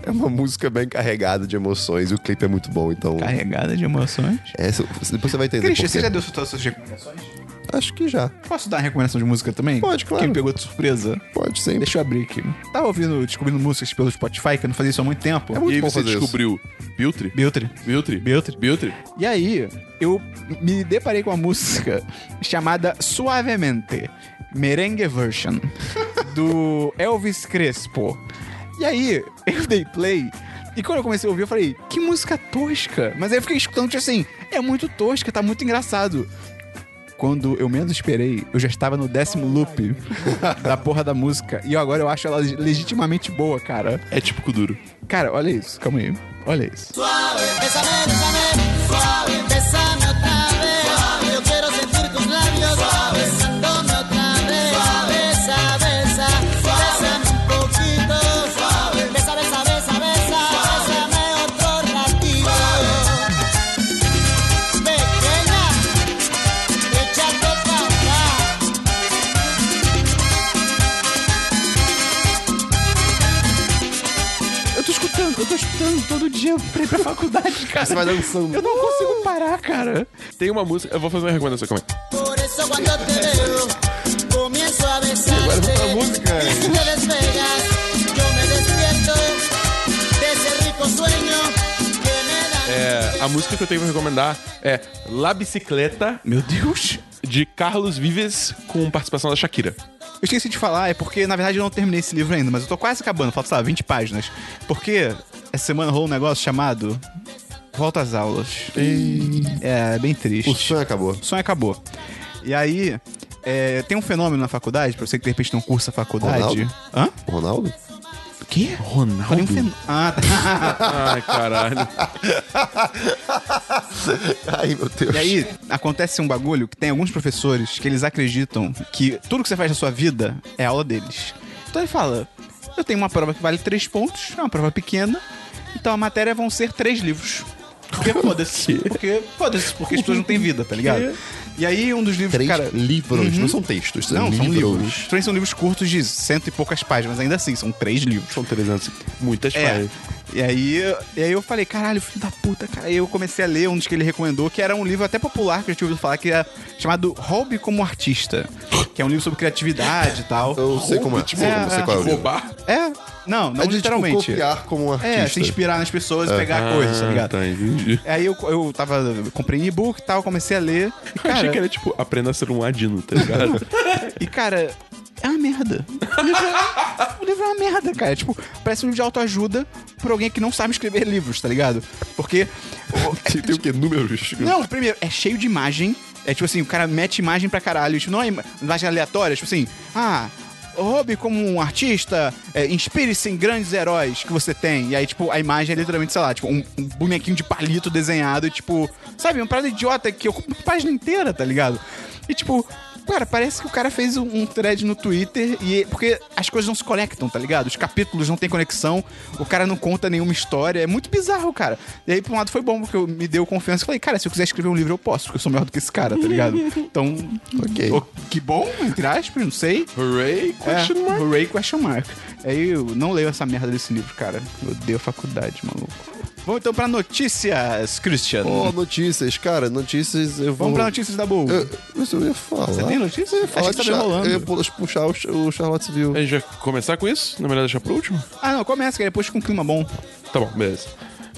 Speaker 3: é uma música bem carregada de emoções e o clipe é muito bom, então...
Speaker 1: Carregada de emoções.
Speaker 3: É, cê- depois você vai entender
Speaker 1: Christian,
Speaker 3: por quê.
Speaker 1: você já deu todas as suas recomendações?
Speaker 3: Acho que já.
Speaker 1: Posso dar uma recomendação de música também?
Speaker 3: Pode, claro.
Speaker 1: Quem me pegou de surpresa?
Speaker 3: Pode sempre.
Speaker 1: Deixa eu abrir aqui. Tava ouvindo, descobrindo músicas pelo Spotify, que eu não fazia isso há É muito tempo.
Speaker 3: muito
Speaker 2: e aí
Speaker 3: bom
Speaker 2: você
Speaker 3: fazer isso.
Speaker 2: descobriu Biltre?
Speaker 1: Biltre.
Speaker 2: Biltre?
Speaker 1: Biltre.
Speaker 2: Biltre?
Speaker 1: E aí, eu me deparei com uma música chamada Suavemente, Merengue Version, do Elvis Crespo. E aí, eu dei play, e quando eu comecei a ouvir, eu falei, que música tosca. Mas aí eu fiquei escutando, tipo assim, é muito tosca, tá muito engraçado. Quando eu menos esperei, eu já estava no décimo loop da porra da música. E agora eu acho ela legitimamente boa, cara.
Speaker 2: É tipo Kuduro.
Speaker 1: Cara, olha isso, calma aí. Olha isso. Eu tô escutando, eu tô escutando todo dia pra ir pra faculdade, cara.
Speaker 3: Você vai um dançando.
Speaker 1: Eu não consigo parar, cara.
Speaker 2: Tem uma música. Eu vou fazer uma recomendação, calma aí.
Speaker 8: Por eso cuando te veo, comienzo a
Speaker 3: Agora
Speaker 8: besarte.
Speaker 3: vamos pra música.
Speaker 8: Y tú te despegas, yo me despierto de ese rico sueño que me da.
Speaker 2: É, a música que eu tenho pra recomendar é La Bicicleta,
Speaker 1: Meu Deus.
Speaker 2: de Carlos Vives, com participação da Shakira.
Speaker 1: Eu esqueci de falar, é porque, na verdade, eu não terminei esse livro ainda, mas eu tô quase acabando, falta, sei lá, 20 páginas. Porque essa semana rolou um negócio chamado Volta às Aulas. É, bem triste.
Speaker 3: O sonho acabou.
Speaker 1: O sonho acabou. E aí, é, tem um fenômeno na faculdade, pra você que de repente não cursa a faculdade.
Speaker 3: Ronaldo?
Speaker 1: Hã?
Speaker 3: Ronaldo?
Speaker 1: O quê? Ronaldo? Falei um fenômeno. Ah, tá.
Speaker 2: Ai, caralho.
Speaker 3: Ai, meu Deus.
Speaker 1: E aí, acontece um bagulho que tem alguns professores que eles acreditam que tudo que você faz na sua vida é aula deles. Então ele fala: eu tenho uma prova que vale três pontos, é uma prova pequena, então a matéria vão ser três livros. Porque foda-se.
Speaker 3: assim?
Speaker 1: Porque foda-se, porque as pessoas não têm vida, tá ligado? E aí, um dos livros,
Speaker 3: Três
Speaker 1: cara. Uhum.
Speaker 3: livros. Não são textos, são
Speaker 1: Não,
Speaker 3: livros.
Speaker 1: são livros. Três são livros curtos de cento e poucas páginas, ainda assim, são três livros.
Speaker 2: São 300. Muitas
Speaker 1: É.
Speaker 2: páginas.
Speaker 1: E aí, e aí eu falei, caralho, filho da puta, cara. Aí eu comecei a ler um dos que ele recomendou, que era um livro até popular que eu tinha ouvido falar, que era chamado Hobby como Artista. Que é um livro sobre criatividade e tal.
Speaker 3: Eu sei como é.
Speaker 1: é,
Speaker 3: eu sei qual é o livro.
Speaker 2: Roubar?
Speaker 1: É? Não, não
Speaker 3: É de,
Speaker 1: literalmente.
Speaker 3: Tipo, copiar como um artista. É.
Speaker 1: é, se inspirar nas pessoas e pegar coisas, tá ligado?
Speaker 2: Tá, entendi.
Speaker 1: Aí eu, eu tava. Comprei um e-book e tal, comecei a ler. E,
Speaker 2: Eu
Speaker 1: cara,
Speaker 2: achei que era tipo, aprenda a ser um ladino, tá ligado?
Speaker 1: E, cara, é uma merda. O livro, o livro é uma merda, cara. É Tipo, parece um livro de autoajuda pra alguém que não sabe escrever livros, tá ligado? Porque. o- é-
Speaker 3: Tem o quê? Números?
Speaker 1: não, primeiro, é cheio de imagem. É tipo assim, o cara mete imagem pra caralho. Tipo, não é ima- imagem aleatória, tipo assim, ah. Roube como um artista, é, inspire-se em grandes heróis que você tem. E aí, tipo, a imagem é literalmente, sei lá, tipo, um, um bonequinho de palito desenhado, e, tipo, sabe, uma parada idiota que ocupa uma página inteira, tá ligado? E tipo. Cara, parece que o cara fez um, um thread no Twitter e. Porque as coisas não se conectam, tá ligado? Os capítulos não têm conexão, o cara não conta nenhuma história. É muito bizarro, cara. E aí, por um lado, foi bom, porque eu me deu confiança. Falei, cara, se eu quiser escrever um livro, eu posso, porque eu sou melhor do que esse cara, tá ligado? Então.
Speaker 3: Ok.
Speaker 1: o- que bom, entre aspas, não sei.
Speaker 2: Hooray? Question
Speaker 1: é,
Speaker 2: mark?
Speaker 1: Hooray question mark. Aí eu não leio essa merda desse livro, cara. Eu odeio a faculdade, maluco. Vamos então pra notícias, Christian.
Speaker 3: Ô, notícias, cara, notícias eu vou.
Speaker 1: Vamos pra notícias da Bull.
Speaker 3: Eu, isso eu ia falar. Você
Speaker 1: tem notícias?
Speaker 3: Eu ia
Speaker 1: Acho
Speaker 3: falar
Speaker 1: que tá
Speaker 3: de Char-
Speaker 1: enrolando.
Speaker 3: Eu ia pu- puxar o, Ch- o Charlottesville.
Speaker 2: A gente vai começar com isso? Na verdade, deixar pro último?
Speaker 1: Ah, não, começa, que depois com um clima bom.
Speaker 2: Tá bom, beleza.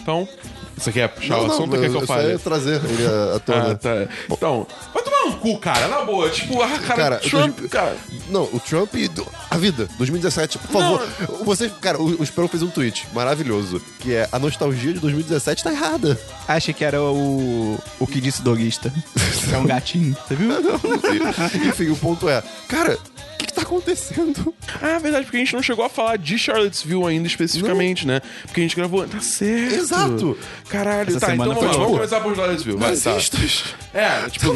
Speaker 2: Então, você quer puxar o assunto ou quer que
Speaker 3: eu,
Speaker 2: eu
Speaker 3: só ia
Speaker 2: fale?
Speaker 3: trazer ele à à tona.
Speaker 2: Ah, tá. Então, vai tomar no cu, cara, na boa. Tipo, ah, cara,
Speaker 3: Cara,
Speaker 2: Trump,
Speaker 3: dois-
Speaker 2: cara.
Speaker 3: Não, o Trump e do- a vida, 2017, por favor. Você, cara, o, o Esperão fez um tweet maravilhoso, que é a nostalgia de 2017 tá errada.
Speaker 1: Achei que era o. O que disse doguista. é um gatinho. Você viu?
Speaker 3: Enfim, o ponto é, cara, o que, que tá acontecendo?
Speaker 2: Ah, é verdade, porque a gente não chegou a falar de Charlottesville ainda especificamente, né? Porque a gente gravou. Tá certo.
Speaker 3: Exato.
Speaker 2: Caralho,
Speaker 1: Essa
Speaker 2: tá,
Speaker 1: semana
Speaker 2: então
Speaker 1: foi
Speaker 2: vamos, lá,
Speaker 1: tipo,
Speaker 2: vamos começar por Charlottesville. Vai, tá.
Speaker 3: Nazistas.
Speaker 2: É, tipo,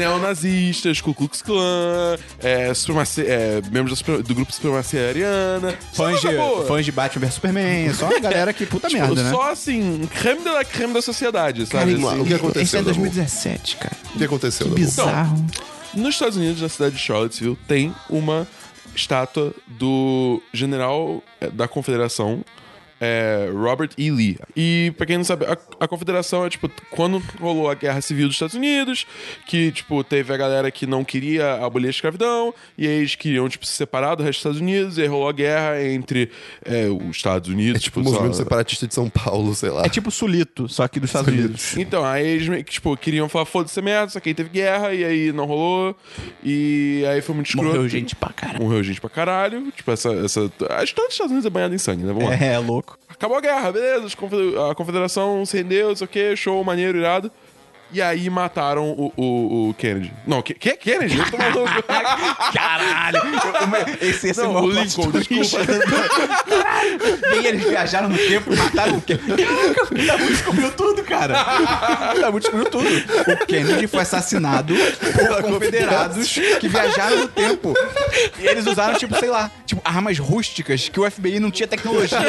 Speaker 2: neonazistas, Ku Klux Klan, é, supremacia, é, membros da super- do grupo Supremacia Ariana.
Speaker 1: Fãs de,
Speaker 2: Sabe, boa?
Speaker 1: fãs de Batman vs Superman. É só uma galera que puta
Speaker 2: Tipo,
Speaker 1: merda, né?
Speaker 2: Só assim, creme da creme da sociedade, sabe?
Speaker 3: vamos lá,
Speaker 2: assim?
Speaker 3: o que aconteceu, Então,
Speaker 1: Esse é
Speaker 3: Dabu?
Speaker 1: 2017, cara.
Speaker 3: O que aconteceu?
Speaker 1: Que
Speaker 3: Dabu?
Speaker 1: bizarro.
Speaker 2: Nos Estados Unidos, na cidade de Charlottesville, tem uma estátua do general eh, da Confederação. eh, Robert E. Lee. E, pra quem não sabe, a, a Confederação é, tipo, quando rolou a Guerra Civil dos Estados Unidos, que, tipo, teve a galera que não queria abolir a escravidão, e aí eles queriam, tipo, se separar do resto dos Estados Unidos, e aí rolou a guerra entre eh, os Estados Unidos, tipo,
Speaker 3: O
Speaker 2: sei lá,
Speaker 3: É um movimento separatista de São Paulo, sei lá.
Speaker 1: É tipo Sulito, só que dos Estados Unidos.
Speaker 2: Então, aí eles meio que, tipo, queriam falar, foda-se essa merda, só que aí teve guerra, e aí não rolou, e aí foi muito escroto.
Speaker 1: Morreu gente pra caralho.
Speaker 2: Morreu gente pra caralho. Tipo, essa. essa... A história dos Estados Unidos é banhada em sangue, né? Vamos lá.
Speaker 1: É, é louco.
Speaker 2: Acabou a guerra, beleza. os confe- A confederação se rendeu, não sei o quê, show, maneiro, irado. E aí mataram o, o, o Kennedy. Não, que, que Kennedy? Eu tô maluco.
Speaker 1: Caralho! Esse, esse
Speaker 2: Não,
Speaker 1: é o
Speaker 2: o
Speaker 1: maior
Speaker 2: Lincoln,
Speaker 1: plot twist. Nem eles viajaram no tempo e mataram o Kennedy. O Dabu descobriu tudo, cara. O Dabu descobriu tudo. O Kennedy foi assassinado por confederados que viajaram no tempo. E eles usaram, tipo, sei lá, tipo, armas rústicas que o FBI não tinha tecnologia.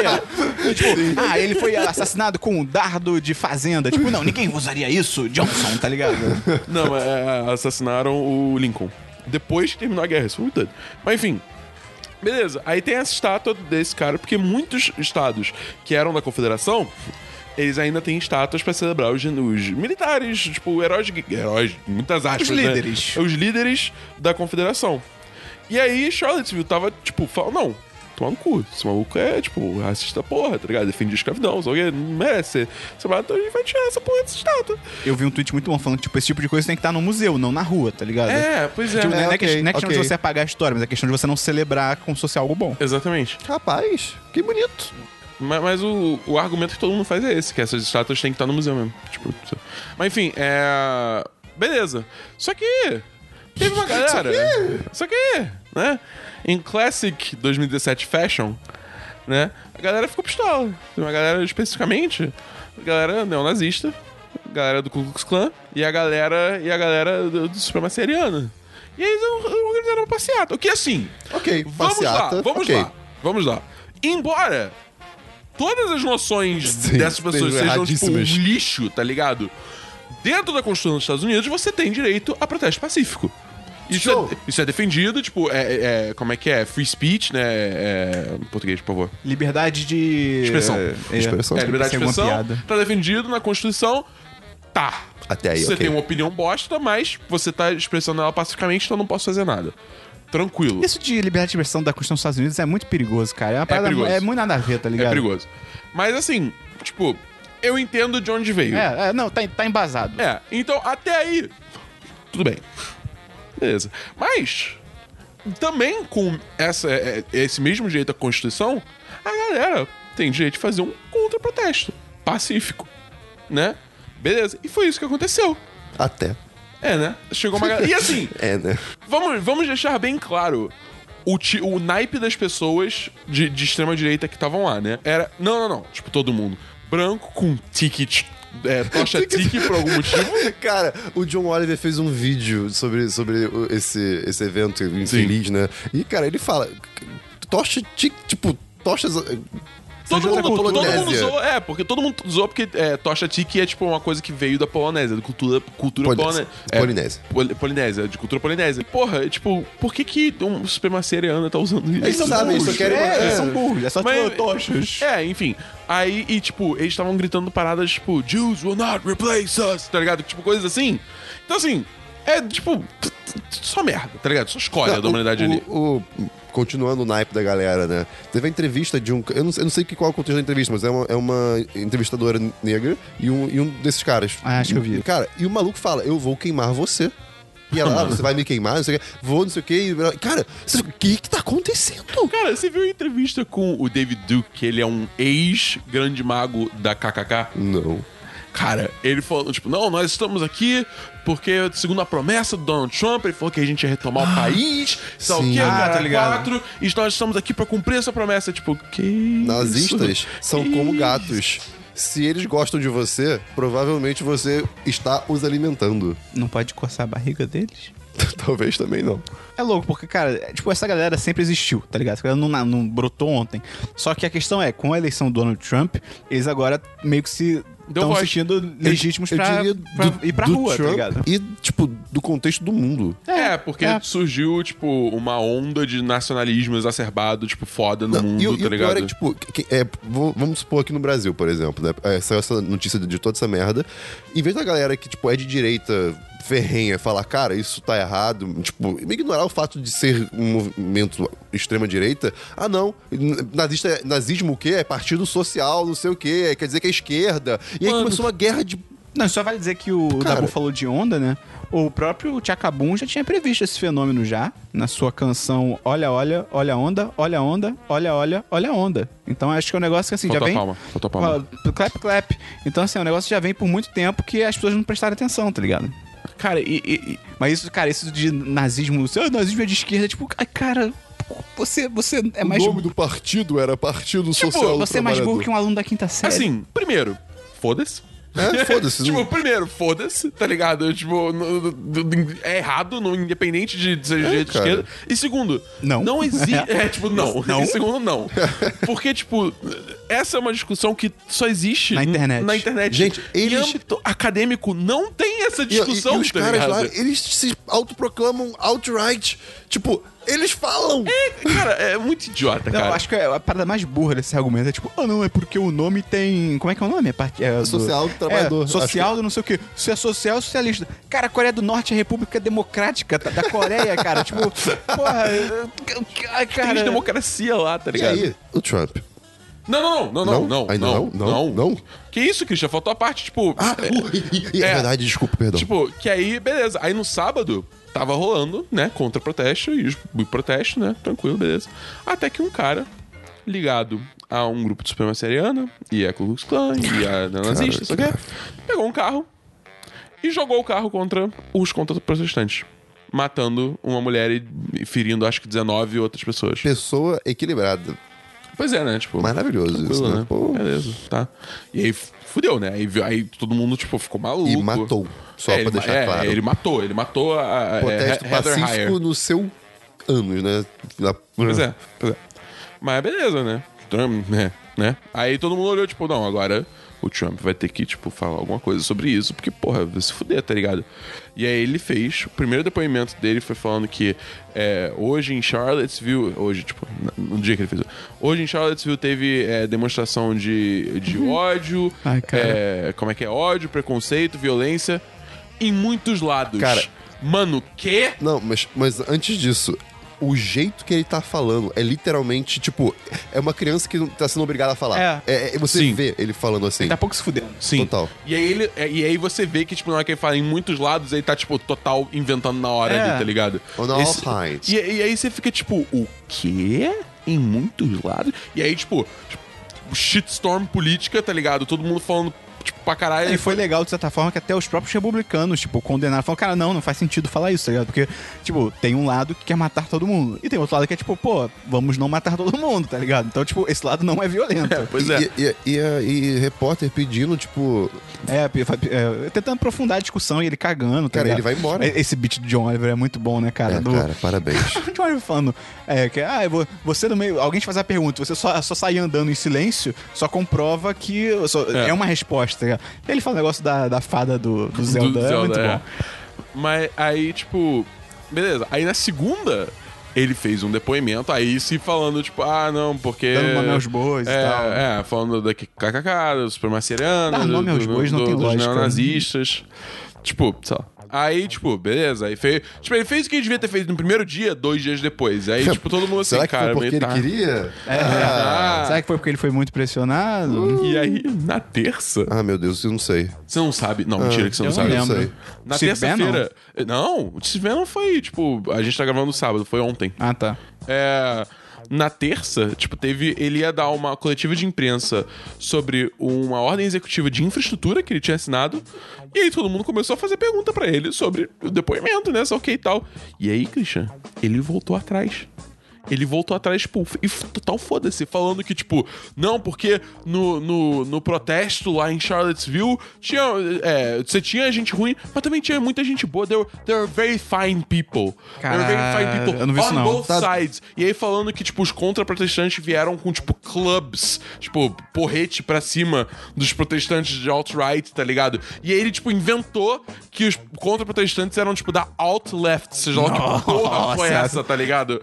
Speaker 1: tipo, ah, ele foi assassinado com um dardo de fazenda. Tipo, não, ninguém usaria isso, Johnson, tá ligado?
Speaker 2: Não, é, é, assassinaram o Lincoln. Depois que terminou a guerra, isso foi muito doido. Mas enfim. Beleza, aí tem essa estátua desse cara, porque muitos estados que eram da Confederação, eles ainda têm estátuas pra celebrar os, gen- os militares, tipo, heróis, de gue- heróis, muitas aspas, né?
Speaker 1: líderes.
Speaker 2: Os líderes da Confederação. E aí Charlottesville tava, tipo, falando, não, toma no cu, esse maluco é, tipo, racista porra, tá ligado? Defende a escravidão, só que não merece ser. separado, Então a gente vai tirar essa porra dessa estátua.
Speaker 1: Eu vi um tweet muito bom falando que, tipo, esse tipo de coisa tem que estar no museu, não na rua, tá ligado?
Speaker 2: É, pois é.
Speaker 1: Tipo,
Speaker 2: É,
Speaker 1: não, é
Speaker 3: ok,
Speaker 1: que- não é questão
Speaker 3: ok.
Speaker 1: de você apagar a história, mas é questão de você não celebrar como se fosse algo bom.
Speaker 2: Exatamente.
Speaker 3: Rapaz, que bonito.
Speaker 2: Mas, mas o, o argumento que todo mundo faz é esse, que essas estátuas têm que estar no museu mesmo. Tipo, só- mas enfim, é. Beleza. Só que. Teve uma galera. Só que. né? Em Classic 2017 Fashion, né? A galera ficou pistola. Tem uma galera especificamente. A galera neonazista. A galera do Ku Klux Klan. E a galera. E a galera do, do Supremacia Ariana. E eles organizaram uma passeata. O que assim.
Speaker 3: Ok,
Speaker 2: Vamos
Speaker 3: passeata.
Speaker 2: lá, vamos
Speaker 3: ok.
Speaker 2: lá, vamos lá. Embora todas as noções
Speaker 3: Sim,
Speaker 2: dessas pessoas sejam
Speaker 3: estejam
Speaker 2: tipo, um
Speaker 3: erradíssimas.
Speaker 2: lixo, tá ligado? Dentro da Constituição dos Estados Unidos, você tem direito a protesto pacífico. Isso,
Speaker 3: Show.
Speaker 2: é, isso é defendido, tipo, é, é- como é que é? Free speech, né? É, em português, por favor.
Speaker 1: Liberdade de.
Speaker 2: Expressão.
Speaker 1: É,
Speaker 3: Expressão.
Speaker 2: É, liberdade
Speaker 1: Sem
Speaker 2: de
Speaker 1: alguma
Speaker 2: expressão.
Speaker 1: piada.
Speaker 2: Tá defendido na Constituição. Tá.
Speaker 3: Até aí,
Speaker 2: Você
Speaker 3: ok.
Speaker 2: tem uma opinião bosta, mas você tá expressando ela pacificamente, então eu não posso fazer nada. Tranquilo.
Speaker 1: Isso de liberdade de expressão da Constituição dos Estados Unidos é muito perigoso, cara. É, uma parada-
Speaker 2: perigoso.
Speaker 1: é muito nada a ver, tá ligado?
Speaker 2: É perigoso. Mas assim, tipo, eu entendo de onde veio. É.
Speaker 1: É, é, não, tá, tá embasado.
Speaker 2: então até aí, tudo bem. Beleza. Mas, também com essa, é, é, esse mesmo direito à Constituição, a galera tem direito de fazer um contra-protesto pacífico, né? Beleza. E foi isso que aconteceu.
Speaker 3: Até.
Speaker 2: É, né? Chegou uma galera. E assim,
Speaker 3: É, né?
Speaker 2: vamos, vamos deixar bem claro. o, ti- o naipe das pessoas de, de extrema direita que estavam lá, né? Era. Não, não, não. Tipo, todo mundo. Branco com ticket. É, tocha tique por algum motivo.
Speaker 3: Cara, o John Oliver fez um vídeo sobre, sobre o- esse, esse evento infeliz, né? E, cara, ele fala. Tocha, ti- tipo, tochas.
Speaker 2: Todo
Speaker 3: Seja
Speaker 2: mundo,
Speaker 3: da
Speaker 2: todo
Speaker 3: cultura
Speaker 2: mundo
Speaker 3: polonésia.
Speaker 2: zoou, é, porque todo mundo zoou porque é, tocha tique é tipo uma coisa que veio da Polonésia, da cultura, cultura
Speaker 3: Polinésia.
Speaker 2: polone- é,
Speaker 3: Polinésia.
Speaker 2: pol- polinésia, de cultura polinésia. E, porra, é, tipo, por que que um supremacia ariana tá usando isso?
Speaker 3: Eles sabem, eles só querem.
Speaker 1: É, eles são burros, é
Speaker 3: Tá
Speaker 1: só
Speaker 2: Mas-
Speaker 1: tipo tochas.
Speaker 2: É, enfim. Aí, e tipo, eles estavam gritando paradas tipo, Jews will not replace us, tá ligado? Tipo, coisas assim. Então, assim, é tipo, t- t- só merda, tá ligado? Só escolha da
Speaker 3: o-
Speaker 2: humanidade
Speaker 3: o-
Speaker 2: ali.
Speaker 3: o- continuando o naipe da galera, né? Teve a entrevista de um. Eu não, eu não sei que- qual é o contexto da entrevista, mas é uma, é uma entrevistadora negra e um, e um desses caras.
Speaker 1: Ah, acho que eu vi.
Speaker 3: E, Cara, e o maluco fala: Eu vou queimar você. E ela, ah, você vai me queimar, não sei o que, vou, não sei o que. e- Cara, você- o que que tá acontecendo?
Speaker 2: Cara, você viu a entrevista com o David Duke, que ele é um ex-grande mago da KKK?
Speaker 3: Não.
Speaker 2: Cara, ele falou, tipo, não, nós estamos aqui porque, segundo a promessa do Donald Trump, ele falou que a gente ia retomar o país, tal
Speaker 3: Ah, Sim.
Speaker 2: que,
Speaker 3: Ah,
Speaker 2: cara,
Speaker 1: tá ligado.
Speaker 2: quatro, e nós estamos aqui pra cumprir essa promessa. Tipo, que isso?
Speaker 3: Nazistas são
Speaker 2: Que
Speaker 3: como gatos. Se eles gostam de você, provavelmente você está os alimentando.
Speaker 1: Não pode coçar a barriga deles?
Speaker 3: Talvez também não.
Speaker 1: É louco, porque, cara, é, tipo, essa galera sempre existiu, tá ligado? Essa galera não, na- não brotou ontem. Só que a questão é, com a eleição do Donald Trump, eles agora meio que se
Speaker 2: Deu
Speaker 1: estão
Speaker 2: voz.
Speaker 1: sentindo legítimos
Speaker 3: eu
Speaker 1: pra,
Speaker 3: diria
Speaker 1: pra
Speaker 3: do-
Speaker 1: ir pra
Speaker 3: do
Speaker 1: rua,
Speaker 3: Trump
Speaker 1: tá ligado?
Speaker 3: E, tipo, do contexto do mundo.
Speaker 2: É, porque
Speaker 1: é.
Speaker 2: surgiu, tipo, uma onda de nacionalismo exacerbado, tipo, foda no
Speaker 3: Não,
Speaker 2: mundo,
Speaker 3: e, o-
Speaker 2: tá
Speaker 3: e o
Speaker 2: ligado?
Speaker 3: pior é que, tipo, que- que- é, vo- vamos supor aqui no Brasil, por exemplo, né? É, saiu essa notícia de, de toda essa merda. Em vez da galera que, tipo, é de direita ferrenha falar, cara, isso tá errado, tipo, ignorar o fato de ser um movimento extrema-direita, ah, não, n- nazista, é- nazismo o quê? É partido social, não sei o quê, quer dizer que é esquerda. E aí
Speaker 2: Mano.
Speaker 3: começou uma guerra de...
Speaker 1: Não, só vale dizer que o
Speaker 3: Cara.
Speaker 1: Dabu falou de onda, né? O próprio Tchacabum já tinha previsto esse fenômeno já, na sua canção Olha, Olha, Olha a Onda, Olha a Onda, Olha, Olha, Olha a Onda. Então acho que é um negócio que assim,
Speaker 2: Faltou
Speaker 1: já
Speaker 2: a
Speaker 1: vem...
Speaker 2: palma, faltou a palma.
Speaker 1: Ó, Clap, clap. Então assim, é um negócio que já vem por muito tempo que as pessoas não prestaram atenção, tá ligado?
Speaker 2: Cara, e- e- e
Speaker 1: Mas isso, cara, isso de nazismo, se o nazismo é de esquerda, tipo, ai, cara, você, você é mais...
Speaker 3: O nome do partido era Partido Social
Speaker 1: Tipo, você é mais burro que um aluno da quinta série.
Speaker 2: Assim, primeiro, foda-se.
Speaker 1: um-
Speaker 3: É, foda-se.
Speaker 2: tipo,
Speaker 3: não-
Speaker 2: primeiro, foda-se, tá ligado? Tipo, no- no- no- é errado, no, independente de de ser de direita ou
Speaker 3: É, cara.
Speaker 2: esquerda. E segundo,
Speaker 1: Não.
Speaker 2: Não existe. É, tipo, não.
Speaker 1: Não.
Speaker 2: E segundo, não. Porque, tipo, essa é uma discussão que só existe
Speaker 1: Na internet.
Speaker 2: Na internet.
Speaker 3: Gente,
Speaker 2: Em
Speaker 3: eles-
Speaker 2: âmbito acadêmico não tem essa
Speaker 3: E- e-
Speaker 2: discussão,
Speaker 3: e, os
Speaker 2: tá
Speaker 3: caras
Speaker 2: ligado?
Speaker 3: lá, eles se autoproclamam outright. Tipo, eles falam.
Speaker 2: É, cara, é muito idiota,
Speaker 1: Não,
Speaker 2: cara.
Speaker 1: acho que é a parada mais burra desse argumento é tipo, ah não, é porque o nome tem. Como é que é o nome? É, parte- é do-
Speaker 3: Social do trabalhador,
Speaker 1: É,
Speaker 3: acho
Speaker 1: social do não sei o quê. Se é social, é socialista. Cara, a Coreia do Norte é república democrática tá- da Coreia, cara. tipo, porra. é- é-
Speaker 2: Tem
Speaker 1: Cara,
Speaker 2: democracia lá, tá
Speaker 3: E
Speaker 2: ligado?
Speaker 3: aí, o Trump.
Speaker 2: Não, não, não, não,
Speaker 3: Não?
Speaker 2: não,
Speaker 3: Ainda
Speaker 2: não,
Speaker 3: não? Não? Não?
Speaker 2: Que isso, Christian? Faltou a parte, tipo...
Speaker 3: Ah,
Speaker 2: é-
Speaker 3: uh, e- e- e- é,
Speaker 2: é.
Speaker 3: verdade, desculpa, perdão.
Speaker 2: Tipo, que aí, beleza. Aí no sábado, tava rolando, né? Contra-protesto e os- e protesto, né? Tranquilo, beleza. Até que um cara ligado a um grupo de supremacia ariana, e a Ku Klux Klan, e a nazista, sei o quê,
Speaker 3: é
Speaker 2: pegou um carro e jogou o carro contra os contra-protestantes. Matando uma mulher e- e ferindo, acho que 19 outras pessoas.
Speaker 3: Pessoa equilibrada.
Speaker 2: Pois é, né? Tipo,
Speaker 3: Maravilhoso
Speaker 2: tranquilo,
Speaker 3: isso, né?
Speaker 2: né?
Speaker 3: Pô.
Speaker 2: Beleza, tá. E aí f- fudeu, né? Aí, vi- aí todo mundo, tipo, ficou maluco. É,
Speaker 3: E matou, só pra
Speaker 2: ele ma-
Speaker 3: deixar claro.
Speaker 2: Ele matou, ele matou a, a
Speaker 3: Protesto
Speaker 2: é, He- Heather
Speaker 3: pacífico
Speaker 2: Heyer.
Speaker 3: no seu anos, né? Na-
Speaker 2: Pois
Speaker 1: Hum.
Speaker 2: é, pois é. Mas beleza, né? Trump, né? né? Aí todo mundo olhou, tipo, não, agora o Trump vai ter que, tipo, falar alguma coisa sobre isso, porque, porra, vai se fuder, tá ligado? E aí ele fez, o primeiro depoimento dele foi falando que é, hoje em Charlottesville, hoje, tipo, na- no dia que ele fez, isso, hoje em Charlottesville teve é, demonstração de, de ódio,
Speaker 1: Uhum. Ai, cara.
Speaker 2: é, como é que é? Ódio, preconceito, violência, em muitos lados.
Speaker 3: Cara.
Speaker 2: Mano, quê?
Speaker 3: Não, mas, mas antes disso, o jeito que ele tá falando é literalmente, tipo, é uma criança que não- tá sendo obrigada a falar. É. é- você
Speaker 2: Sim.
Speaker 3: vê ele falando assim.
Speaker 1: tá pouco se fudendo.
Speaker 2: Sim.
Speaker 3: Total.
Speaker 2: E aí, ele, é, e aí você vê que, tipo, na hora que ele fala em muitos lados, ele tá, tipo, total inventando na hora
Speaker 1: É.
Speaker 2: ali, tá ligado?
Speaker 3: On all
Speaker 2: Esse-
Speaker 3: sides.
Speaker 2: E, e aí você fica, tipo, o quê? Em tipo, muitos lados? E aí, tipo, shitstorm política, tá ligado? Todo mundo falando tipo, pra caralho.
Speaker 1: E foi legal, de certa forma, que até os próprios republicanos, tipo, condenaram. Falaram, cara, não, não faz sentido falar isso, tá ligado? Porque, tipo, tem um lado que quer matar todo mundo. E tem outro lado que é, tipo, pô, vamos não matar todo mundo, tá ligado? Então, tipo, esse lado não é violento.
Speaker 2: Pois é.
Speaker 3: E, e- e- e- e repórter pedindo, tipo,
Speaker 1: É, p- fa- é, tentando aprofundar a discussão e ele cagando, tá
Speaker 3: Cara,
Speaker 1: ligado?
Speaker 3: ele vai embora.
Speaker 1: E- Esse beat do John Oliver é muito bom, né, cara?
Speaker 3: é,
Speaker 1: Do-
Speaker 3: cara, parabéns.
Speaker 1: O John Oliver falando, é, que, ah, eu vou- você no meio, alguém te faz a pergunta, você só, só sair andando em silêncio, só comprova que só- é. uma resposta. tá ligado? Ele fala o negócio da, da fada do, do Zelda,
Speaker 2: do
Speaker 1: é
Speaker 2: Zelda,
Speaker 1: muito
Speaker 2: é.
Speaker 1: bom.
Speaker 2: Mas aí, tipo, beleza. Aí na segunda, ele fez um depoimento, aí se falando, tipo, ah, não, porque.
Speaker 1: Dando nome aos bois e
Speaker 2: é,
Speaker 1: tal.
Speaker 2: É, falando da KKK, dos supremacianos.
Speaker 1: Dar nome aos bois não tem
Speaker 2: dos
Speaker 1: lógica, né?
Speaker 2: neonazistas. Tipo, sei lá. Aí, tipo, beleza. Aí fez. Tipo, ele fez o que ele devia ter feito no primeiro dia, dois dias depois. Aí, tipo, todo mundo assim,
Speaker 3: Será que
Speaker 2: cara,
Speaker 3: foi
Speaker 2: meio
Speaker 3: porque ele
Speaker 2: tá.
Speaker 3: queria?
Speaker 2: Ah.
Speaker 1: Será que foi porque ele foi muito pressionado?
Speaker 2: E aí, na terça.
Speaker 3: Ah, meu Deus, eu não sei.
Speaker 2: Você não sabe. Não, mentira que você não
Speaker 1: Ah, eu não lembro.
Speaker 2: sabe.
Speaker 3: sei.
Speaker 2: Na
Speaker 1: Steve Bannon?
Speaker 2: terça-feira. Não, o Steve Bannon foi, tipo, a gente tá gravando no sábado, foi ontem.
Speaker 1: Ah, tá.
Speaker 2: É, na terça, tipo, teve. Ele ia dar uma coletiva de imprensa sobre uma ordem executiva de infraestrutura que ele tinha assinado. E aí todo mundo começou a fazer pergunta pra ele sobre o depoimento, né? Só que e tal. E aí, Christian, ele voltou atrás. Ele voltou atrás, tipo, e f- total foda-se, falando que, tipo, não, porque no, no, no protesto lá em Charlottesville tinha. é, você tinha gente ruim, mas também tinha muita gente boa. There, there are very fine people. there are very fine
Speaker 1: Caralho,
Speaker 2: people.
Speaker 1: eu não vi isso
Speaker 2: on
Speaker 1: não.
Speaker 2: both
Speaker 3: Tá-
Speaker 2: sides. E aí falando que, tipo, os contra-protestantes vieram com, tipo, clubs, tipo, porrete pra cima dos protestantes de alt-right, tá ligado? E aí ele, tipo, inventou que os contra-protestantes eram, tipo, da alt-left. Seja lá que porra foi
Speaker 1: Nossa.
Speaker 2: essa, tá ligado?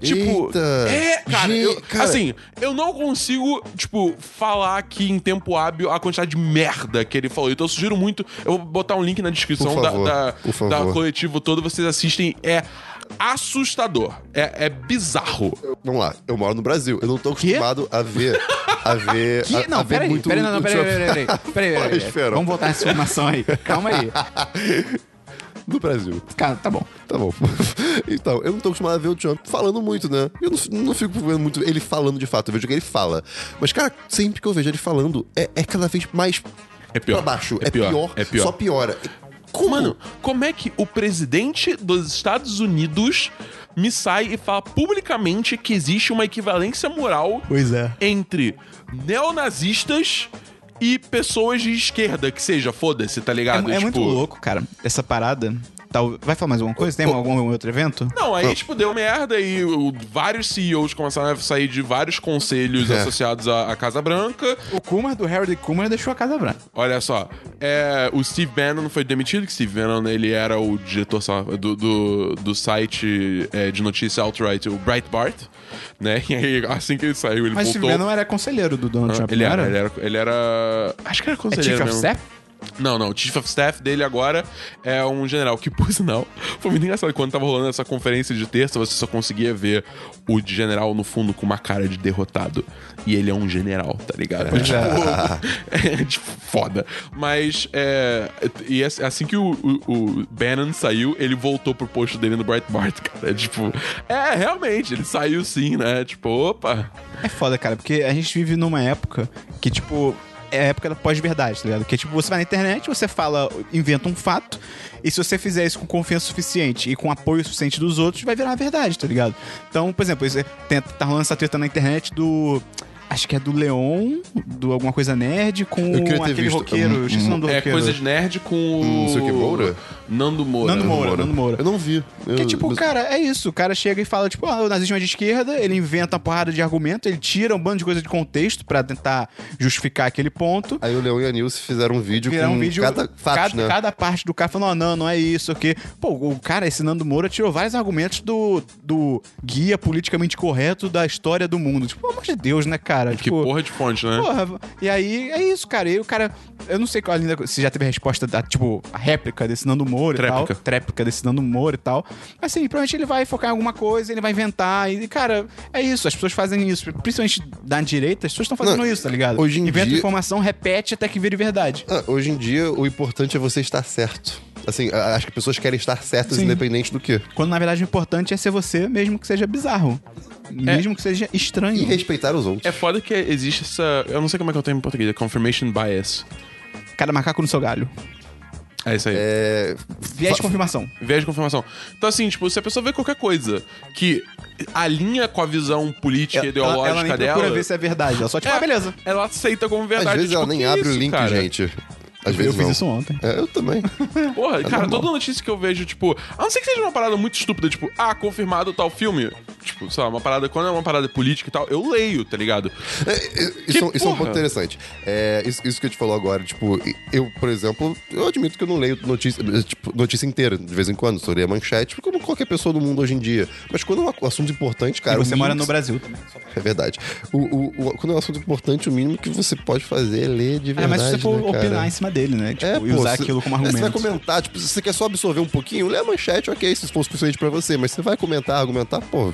Speaker 2: Tipo,
Speaker 3: Eita.
Speaker 2: é, cara, eu-
Speaker 3: Gente, cara.
Speaker 2: assim, eu não consigo, tipo, falar aqui em tempo hábil a quantidade de merda que ele falou. Então eu sugiro muito, eu vou botar um link na descrição
Speaker 3: Por favor,
Speaker 2: da, da,
Speaker 3: por
Speaker 2: da
Speaker 3: favor.
Speaker 2: coletivo todo, vocês assistem, é assustador, é, é bizarro.
Speaker 3: Vamos lá, eu moro no Brasil. Eu não tô
Speaker 1: Quê?
Speaker 3: acostumado a ver. A ver.
Speaker 1: Que?
Speaker 3: a, a
Speaker 1: Não,
Speaker 3: ver
Speaker 1: peraí,
Speaker 3: muito
Speaker 1: peraí, não, não, peraí, peraí, peraí, peraí, peraí, peraí.
Speaker 3: Espera.
Speaker 1: Vamos voltar essa informação aí. Calma aí.
Speaker 3: No Brasil.
Speaker 1: Cara, tá bom.
Speaker 3: Tá bom. Então, eu não tô acostumado a ver o Trump falando muito, né? Eu não, não fico vendo muito ele falando de fato, eu vejo que ele fala. Mas, cara, sempre que eu vejo ele falando, é, é cada vez mais
Speaker 2: É pior,
Speaker 3: pra baixo.
Speaker 2: é
Speaker 3: É,
Speaker 2: pior,
Speaker 3: pior,
Speaker 2: é pior.
Speaker 3: Só piora. Como?
Speaker 2: Mano, como é que o presidente dos Estados Unidos me sai e fala publicamente que existe uma equivalência moral
Speaker 1: Pois é.
Speaker 2: entre neonazistas e pessoas de esquerda, que seja, foda-se, tá
Speaker 1: É,
Speaker 2: ligado?
Speaker 1: é muito
Speaker 2: Tipo,
Speaker 1: louco, cara, essa parada. Tal- Vai falar mais alguma coisa? Tem algum outro evento?
Speaker 2: Não, aí, tipo, deu merda e o- vários CEOs começaram a sair de vários conselhos
Speaker 3: É.
Speaker 2: associados à, à Casa Branca.
Speaker 1: O Kumar do Harold Kumar deixou a Casa Branca.
Speaker 2: Olha só, é, o Steve Bannon foi demitido, que Steve Bannon, ele era o diretor sei lá, do, do, do site é, de notícia alt-right, o Breitbart, né? E aí, assim que ele saiu, ele
Speaker 1: Mas o
Speaker 2: voltou... Ah,
Speaker 1: Steve não era conselheiro do Donald Trump,
Speaker 2: ele,
Speaker 1: não
Speaker 2: era, ele era, ele era- Acho que era
Speaker 1: É
Speaker 2: conselheiro
Speaker 1: Chief of
Speaker 2: mesmo.
Speaker 1: Staff?
Speaker 2: Não, não. O Chief of Staff dele agora é um general que, por sinal, foi muito engraçado. Quando tava rolando essa conferência de terça, você só conseguia ver o general no fundo com uma cara de derrotado. E ele é um general, tá ligado? Tipo, é, tipo, foda. Mas, é... E ass- assim que o, o, o Bannon saiu, ele voltou pro posto dele no Breitbart, cara. É, tipo... É, realmente, ele saiu sim, né? Tipo, opa...
Speaker 1: É foda, cara, porque a gente vive numa época que, tipo, é a época da pós-verdade, tá ligado? Que, tipo, você vai na internet, você fala, inventa um fato, e se você fizer isso com confiança suficiente e com apoio suficiente dos outros, vai virar a verdade, tá ligado? Então, por exemplo, isso é- tem, tá rolando essa treta na internet do. Acho que é do Leon, do Alguma Coisa Nerd, com
Speaker 3: Eu queria ter
Speaker 1: aquele
Speaker 3: visto.
Speaker 1: roqueiro.
Speaker 3: Hum,
Speaker 1: esqueci o nome do
Speaker 2: É
Speaker 1: roqueiro.
Speaker 2: coisa de nerd com o...
Speaker 3: não sei o que, é Moura?
Speaker 2: Nando Moura.
Speaker 1: Nando Moura, Nando Moura.
Speaker 3: Eu não vi. Eu,
Speaker 1: Porque, tipo,
Speaker 3: mas-
Speaker 1: cara, é isso. O cara chega e fala, tipo, ah, o nazismo é de esquerda, ele inventa uma porrada de argumento, ele tira um bando de coisa de contexto pra tentar justificar aquele ponto.
Speaker 3: Aí o Leão e a Nilce fizeram um vídeo
Speaker 1: Virar
Speaker 3: com
Speaker 1: um vídeo.
Speaker 3: cada fato,
Speaker 1: cada,
Speaker 3: né?
Speaker 1: cada parte do cara falando, ó, não, não é isso, ok. Pô, o cara, esse Nando Moura, tirou vários argumentos do, do guia politicamente correto da história do mundo. Tipo, pelo amor de Deus, né, cara?
Speaker 2: Que
Speaker 1: tipo,
Speaker 2: porra de fonte, né?
Speaker 1: Porra, e aí é isso, cara. E aí o cara. Eu não sei qual ainda. Se já teve a resposta da, tipo, a réplica desse Nando Moura e
Speaker 2: Tréplica.
Speaker 1: tal. Tréplica desse Nando Moura e tal. Mas assim, provavelmente ele vai focar em alguma coisa, ele vai inventar. E, cara, é isso. As pessoas fazem isso. Principalmente da direita, as pessoas estão fazendo
Speaker 3: Não,
Speaker 1: isso, tá ligado?
Speaker 3: hoje em
Speaker 1: Inventa
Speaker 3: dia-
Speaker 1: informação, repete até que vire verdade.
Speaker 3: Ah, hoje em dia, o importante é você estar certo. Assim, a- acho que pessoas querem estar certas
Speaker 1: Sim.
Speaker 3: independente do que.
Speaker 1: Quando na verdade o importante é ser você, mesmo que seja bizarro.
Speaker 3: É.
Speaker 1: Mesmo que seja
Speaker 3: E
Speaker 1: estranho.
Speaker 3: respeitar os outros.
Speaker 2: É foda que existe essa. Eu não sei como é que eu tenho em português, é confirmation bias.
Speaker 1: Cada macaco no seu galho.
Speaker 2: É isso aí.
Speaker 3: É,
Speaker 1: Viés de confirmação.
Speaker 2: Viés de confirmação. Então, assim, tipo, se a pessoa vê qualquer coisa que alinha com a visão política e ideológica
Speaker 1: É, ela nem
Speaker 2: dela.
Speaker 1: procura ver se é verdade. Ela só, tipo,
Speaker 2: É,
Speaker 1: ah, beleza.
Speaker 2: Ela aceita como
Speaker 3: Às
Speaker 2: verdade.
Speaker 3: vezes
Speaker 2: tipo,
Speaker 3: ela nem
Speaker 2: que
Speaker 3: abre
Speaker 2: isso,
Speaker 3: o link,
Speaker 2: cara?
Speaker 3: gente. Às
Speaker 1: Eu
Speaker 3: vezes
Speaker 1: fiz
Speaker 3: não.
Speaker 1: isso ontem.
Speaker 3: É, eu também.
Speaker 2: Porra, cara,
Speaker 3: normal.
Speaker 2: toda notícia que eu vejo, tipo, a não ser que seja uma parada muito estúpida, tipo, ah, confirmado tal filme. Tipo, sei lá, uma parada, quando é uma parada política e tal, eu leio, tá ligado?
Speaker 3: É, é,
Speaker 2: Que
Speaker 3: Isso, é um- isso é um
Speaker 2: porra?
Speaker 3: ponto interessante. É, isso, isso que eu te falou agora, tipo, eu, por exemplo, eu admito que eu não leio notícia, tipo, notícia inteira, de vez em quando, só leio a manchete, como qualquer pessoa do mundo hoje em dia. Mas quando é um assunto importante, cara.
Speaker 1: e você
Speaker 3: o
Speaker 1: mora no
Speaker 3: mínimo
Speaker 1: Brasil também.
Speaker 3: que- É verdade. O, o- o- quando é um assunto importante, o mínimo que você pode fazer é ler de
Speaker 1: É,
Speaker 3: verdade.
Speaker 1: mas se você for
Speaker 3: né, cara?
Speaker 1: opinar em cima dele, né? Tipo,
Speaker 3: É,
Speaker 1: e
Speaker 3: pô,
Speaker 1: usar
Speaker 3: cê-
Speaker 1: aquilo como
Speaker 3: é, Você vai
Speaker 1: argumento.
Speaker 3: comentar, tipo, se você quer só absorver um pouquinho, lê a manchete, ok, se for suficiente pra você, mas você vai comentar, argumentar, pô.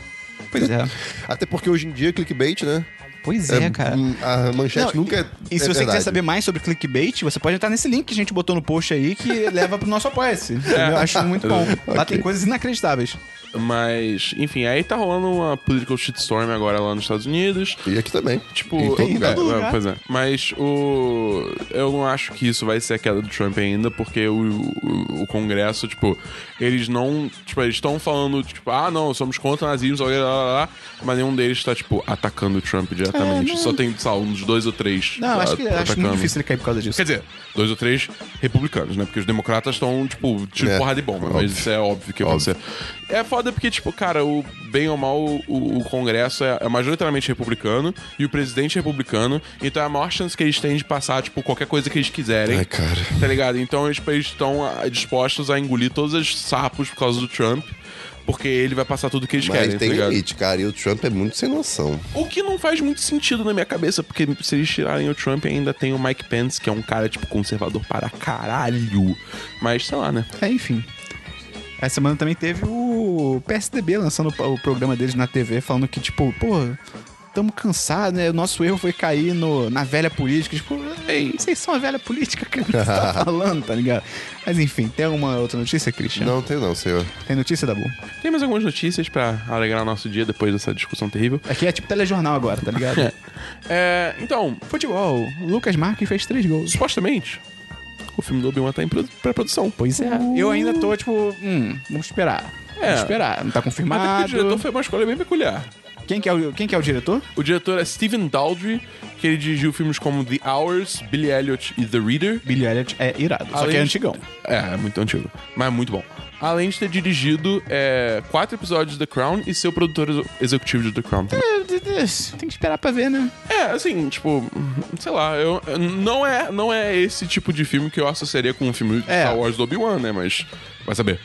Speaker 1: Pois é.
Speaker 3: Até porque hoje em dia, clickbait, né?
Speaker 1: Pois é, cara.
Speaker 3: hum, A manchete
Speaker 1: Não,
Speaker 3: nunca é.
Speaker 1: E se você
Speaker 3: é
Speaker 1: quiser
Speaker 3: verdade.
Speaker 1: saber mais sobre clickbait, você pode entrar nesse link que a gente botou no post aí que leva pro nosso apoia-se.
Speaker 3: É.
Speaker 1: Eu acho muito bom. Lá tem coisas inacreditáveis.
Speaker 2: Mas, enfim, aí tá rolando uma political shitstorm agora lá nos Estados Unidos.
Speaker 3: E aqui também.
Speaker 2: Tipo,
Speaker 3: Em todo
Speaker 2: eu-
Speaker 3: lugar.
Speaker 2: é, é, pois é. Mas o. Eu não acho que isso vai ser a queda do Trump ainda, porque o, o, o Congresso, tipo, eles não. Tipo, eles estão falando, tipo, ah, não, somos contra nazismo, blá, blá, blá, blá, mas nenhum deles tá, tipo, atacando o Trump diretamente. Só tem, sei lá, uns dois ou três.
Speaker 1: É, Não,
Speaker 2: tá,
Speaker 1: acho que acho
Speaker 2: atacando.
Speaker 1: muito difícil ele cair por causa disso.
Speaker 2: Quer dizer, dois ou três republicanos, né? Porque os democratas estão, tipo, tiro
Speaker 3: É,
Speaker 2: porrada de bomba.
Speaker 3: óbvio.
Speaker 2: Mas isso é óbvio que vai acontecer. É foda porque, tipo, cara, o bem ou mal, o, o Congresso é, é majoritariamente republicano e o presidente é republicano. Então é a maior chance que eles têm de passar, tipo, qualquer coisa que eles quiserem.
Speaker 3: Ai, cara.
Speaker 2: Tá ligado? Então eles eles estão ah, dispostos a engolir todos os sapos por causa do Trump. Porque ele vai passar tudo que eles
Speaker 3: Mas
Speaker 2: querem, tá
Speaker 3: tem
Speaker 2: ligado?
Speaker 3: limite, cara. E o Trump é muito sem noção.
Speaker 2: O que não faz muito sentido na minha cabeça, porque se eles tirarem o Trump, ainda tem o Mike Pence, que é um cara, tipo, conservador para caralho. Mas, sei lá, né?
Speaker 1: É, enfim. Essa semana também teve o PSDB lançando o o programa deles na TV, falando que, tipo, pô, tamo cansado, né? O nosso erro foi cair no, na velha política. Tipo, ei, vocês são a velha política que você tá falando, tá ligado? Mas enfim, tem alguma outra notícia, Christian?
Speaker 3: Não tem, não, senhor.
Speaker 1: Tem notícia, Dabu?
Speaker 2: Tem mais algumas notícias pra alegrar o nosso dia depois dessa discussão terrível.
Speaker 1: Aqui é tipo telejornal agora, tá ligado?
Speaker 2: É, então,
Speaker 1: Futebol, Lucas Marques fez três gols.
Speaker 2: supostamente, o filme do Obi-Wan tá em produ- pré-produção.
Speaker 1: Pois é. Eu ainda tô, tipo, hum, vamos esperar.
Speaker 2: É.
Speaker 1: Vamos esperar. Não tá
Speaker 2: Até
Speaker 1: confirmado.
Speaker 2: porque o diretor foi uma escolha bem peculiar.
Speaker 1: Quem, que é o, quem que é o diretor?
Speaker 2: O diretor é Steven Daldry, que ele dirigiu filmes como The Hours, Billy Elliot e The Reader.
Speaker 1: Billy Elliot é irado. só
Speaker 2: Além
Speaker 1: que é
Speaker 2: de-
Speaker 1: antigão.
Speaker 2: É, é muito antigo. Mas é muito bom. Além de ter dirigido é, quatro episódios de The Crown e ser o produtor ex- executivo de The Crown. também.
Speaker 1: Tem que esperar pra ver, né?
Speaker 2: É, assim, tipo, sei lá, eu, não, é, não é esse tipo de filme que eu associaria com um filme de
Speaker 1: É.
Speaker 2: Star Wars do Obi-Wan, né? Mas vai saber.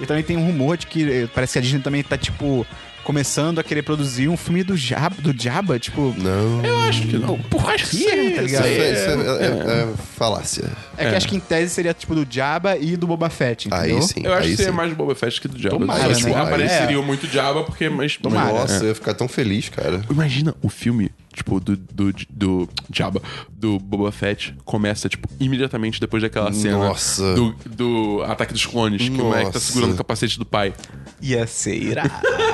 Speaker 1: E também tem um rumor de que eh, parece que a Disney também tá, tipo, começando a querer produzir um filme do Jabba, do Jabba tipo...
Speaker 3: Não.
Speaker 2: Eu acho que não. Porra, acho que
Speaker 1: Que é,
Speaker 2: sim,
Speaker 1: tá
Speaker 3: Isso
Speaker 1: ligado?
Speaker 3: é,
Speaker 1: É,
Speaker 3: isso é- é- é falácia.
Speaker 1: É que acho que em tese seria, tipo, do Jabba e do Boba Fett, entendeu?
Speaker 3: Aí sim.
Speaker 2: Eu acho
Speaker 3: aí
Speaker 2: que seria
Speaker 3: sim.
Speaker 2: mais do Boba Fett que do Diabo.
Speaker 1: Tomara,
Speaker 2: Mas,
Speaker 1: né?
Speaker 2: apareceria muito Diabo porque... Mas,
Speaker 1: Tomara. É.
Speaker 2: Mas-
Speaker 3: Nossa, eu ia ficar tão feliz, cara.
Speaker 2: Imagina o filme, tipo, do, do, do Jabba, do Boba Fett, começa, tipo, imediatamente depois daquela cena
Speaker 3: Nossa.
Speaker 2: Do, do Ataque dos Clones, que o moleque tá
Speaker 3: Nossa.
Speaker 2: segurando o capacete do pai.
Speaker 1: Ia ser irado.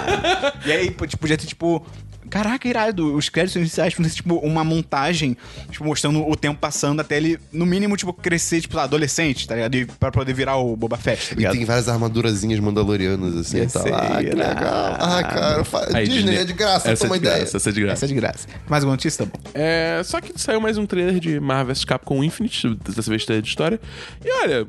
Speaker 1: e aí, pô, tipo, podia ter, tipo... Caraca, irado. Os créditos iniciais podiam ser, tipo, uma montagem, tipo, mostrando o tempo passando até ele, no mínimo, tipo, crescer, tipo, adolescente, tá ligado? E pra poder virar o Boba Fett, tá
Speaker 3: E
Speaker 1: ligado?
Speaker 3: tem várias armadurazinhas mandalorianas, assim,
Speaker 1: Ia
Speaker 3: tá
Speaker 1: ser
Speaker 3: lá. Ah, que
Speaker 1: irado.
Speaker 3: legal. Ah, cara, fa- Disney, é de graça,
Speaker 2: essa
Speaker 3: toma
Speaker 2: é de graça,
Speaker 3: ideia.
Speaker 2: Essa é de graça.
Speaker 1: Essa é de graça. Mais alguma notícia, tá bom?
Speaker 2: É, só que saiu mais um trailer de Marvel vs Capcom Infinite, dessa vez trailer de história. E olha,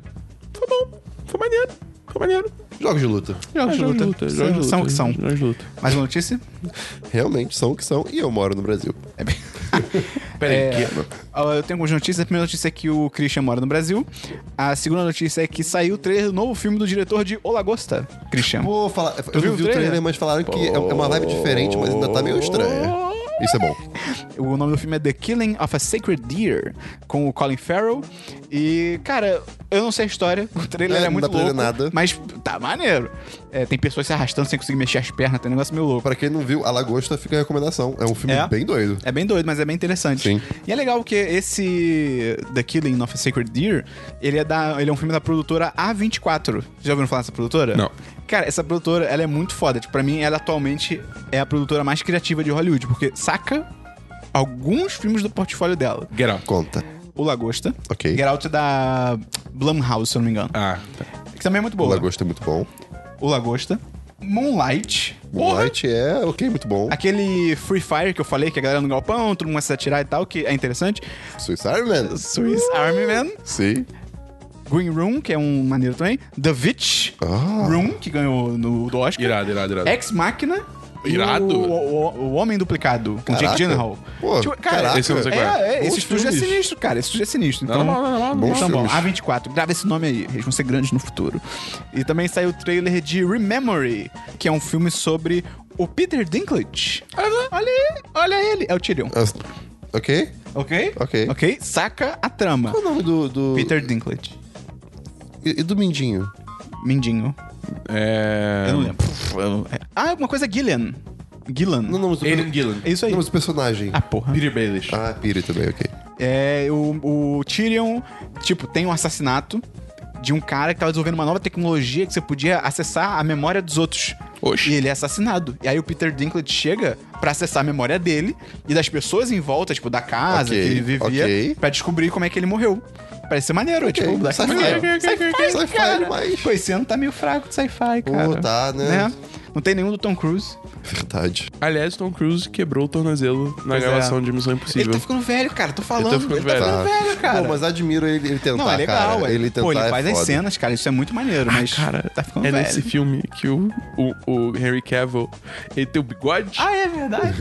Speaker 2: foi bom, foi maneiro, foi maneiro.
Speaker 3: Jogos de luta.
Speaker 1: Jogos
Speaker 2: É,
Speaker 1: de luta.
Speaker 2: jogos de luta,
Speaker 1: São o que são.
Speaker 2: Jogos de luta.
Speaker 1: Mais uma notícia?
Speaker 3: Realmente são o que são. E eu moro no Brasil.
Speaker 1: É bem...
Speaker 2: Peraí,
Speaker 1: É,
Speaker 2: que-
Speaker 1: ó, eu tenho algumas notícias. A primeira notícia é que o Christian mora no Brasil. A segunda notícia é que saiu o trailer do novo filme do diretor de O Lagosta, Christian.
Speaker 3: Pô, fala... eu
Speaker 1: viu
Speaker 3: não
Speaker 1: o
Speaker 3: vi o trailer,
Speaker 1: trailer,
Speaker 3: mas falaram que é é uma vibe diferente, mas ainda tá meio estranha. Isso é bom.
Speaker 1: O nome do filme é The Killing of a Sacred Deer, com o Colin Farrell. E, cara, eu não sei a história, o trailer
Speaker 3: É,
Speaker 1: é,
Speaker 3: não
Speaker 1: muito
Speaker 3: dá pra
Speaker 1: louco,
Speaker 3: entender nada.
Speaker 1: mas tá maneiro. É, tem pessoas se arrastando sem conseguir mexer as pernas, tem um negócio meio louco.
Speaker 3: Pra quem não viu, A Lagosta fica a recomendação. É um filme
Speaker 1: É.
Speaker 3: bem doido.
Speaker 1: É bem doido, mas é bem interessante.
Speaker 3: Sim.
Speaker 1: E é legal porque esse The Killing of a Sacred Deer, ele é, da, ele é um filme da produtora A24. Já ouviram falar dessa produtora?
Speaker 2: Não.
Speaker 1: Cara, essa produtora, ela é muito foda. Tipo, pra mim, ela atualmente é a produtora mais criativa de Hollywood, porque saca alguns filmes do portfólio dela.
Speaker 3: Ah.
Speaker 2: Get out.
Speaker 3: Conta.
Speaker 1: o Lagosta.
Speaker 3: Ok.
Speaker 1: Geralt da Blumhouse, se eu não me engano.
Speaker 2: Ah, tá.
Speaker 1: Que também é muito
Speaker 3: O
Speaker 1: boa.
Speaker 3: Lagosta é muito bom.
Speaker 1: O Lagosta. Moonlight. Porra!
Speaker 3: Moonlight é ok, muito bom.
Speaker 1: Aquele Free Fire que eu falei, que a galera no galpão, todo mundo começa a atirar e tal, que é interessante.
Speaker 3: Swiss Army Man.
Speaker 1: Swiss
Speaker 3: Uhum.
Speaker 1: Army Man.
Speaker 3: Sim.
Speaker 1: Green Room, que é um maneiro também. The Witch
Speaker 3: Ah.
Speaker 1: Room, que ganhou no do Oscar.
Speaker 2: Irado, irado, irado.
Speaker 1: Ex Machina. e
Speaker 2: Irado.
Speaker 1: O, o, o Homem Duplicado, com Jake
Speaker 3: Caraca.
Speaker 1: Gyllenhaal.
Speaker 3: Pô, caraca.
Speaker 2: Esse eu não sei
Speaker 1: é,
Speaker 2: qual é.
Speaker 1: é, esse
Speaker 2: Bons
Speaker 1: estúdio é
Speaker 2: filmes.
Speaker 1: sinistro, cara. Esse estúdio é sinistro. Então,
Speaker 3: Bons
Speaker 1: então bom,
Speaker 3: filmes.
Speaker 1: A24, grava esse nome aí. Eles vão ser grandes no futuro. E também saiu o trailer de Rememory, que é um filme sobre o Peter Dinklage.
Speaker 2: Ah, é?
Speaker 1: Olha aí, olha ele. É o Tyrion.
Speaker 3: Ah, Ok?
Speaker 1: Ok?
Speaker 3: Ok.
Speaker 1: Ok? Saca a trama.
Speaker 3: Qual é o nome do. do...
Speaker 1: Peter Dinklage.
Speaker 3: E, e do Mindinho?
Speaker 1: Mindinho.
Speaker 2: É...
Speaker 1: Eu não lembro. Puf, eu- é. Ah, uma coisa é Gillian. Gillian.
Speaker 3: Não, não, mas o
Speaker 2: Aidan Gillen.
Speaker 1: É isso aí.
Speaker 3: Não, mas o personagem.
Speaker 1: Ah, porra.
Speaker 2: Peter Baelish.
Speaker 3: Ah, Piri também, ok.
Speaker 1: É, o, o Tyrion, tipo, tem um assassinato de um cara que tava desenvolvendo uma nova tecnologia que você podia acessar a memória dos outros.
Speaker 2: Oxe.
Speaker 1: E ele é assassinado. E aí o Peter Dinklage chega pra acessar a memória dele e das pessoas em volta, tipo, da casa
Speaker 3: Ok,
Speaker 1: que ele vivia,
Speaker 3: ok.
Speaker 1: pra descobrir como é que ele morreu. Parece ser maneiro,
Speaker 3: Ok,
Speaker 1: tipo, Black
Speaker 3: sci-fi.
Speaker 1: Mirror.
Speaker 3: Sci-fi,
Speaker 1: Sci-fi,
Speaker 3: sci-fi
Speaker 1: cara.
Speaker 3: demais.
Speaker 1: Pô, esse ano tá meio fraco de sci-fi, cara.
Speaker 3: tá, né?
Speaker 1: Não tem nenhum do Tom Cruise.
Speaker 3: Verdade.
Speaker 2: Aliás, Tom Cruise quebrou o tornozelo na
Speaker 1: Pois é.
Speaker 2: gravação de Missão Impossível.
Speaker 1: Ele tá ficando velho, cara. Tô falando.
Speaker 2: Ele tá ficando velho.
Speaker 1: Tá ficando velho, cara.
Speaker 3: Então Pô, mas admiro ele, ele tentar,
Speaker 1: Não, é legal,
Speaker 3: cara.
Speaker 1: é.
Speaker 3: Ele tentar
Speaker 1: Pô, ele
Speaker 3: é
Speaker 1: faz as
Speaker 3: foda. Ah,
Speaker 1: cenas, cara, isso é muito maneiro, mas.
Speaker 2: Cara,
Speaker 1: tá ficando
Speaker 2: é
Speaker 1: velho.
Speaker 2: nesse filme que o, o, o Henry Cavill ele tem o bigode.
Speaker 1: Ah, é verdade?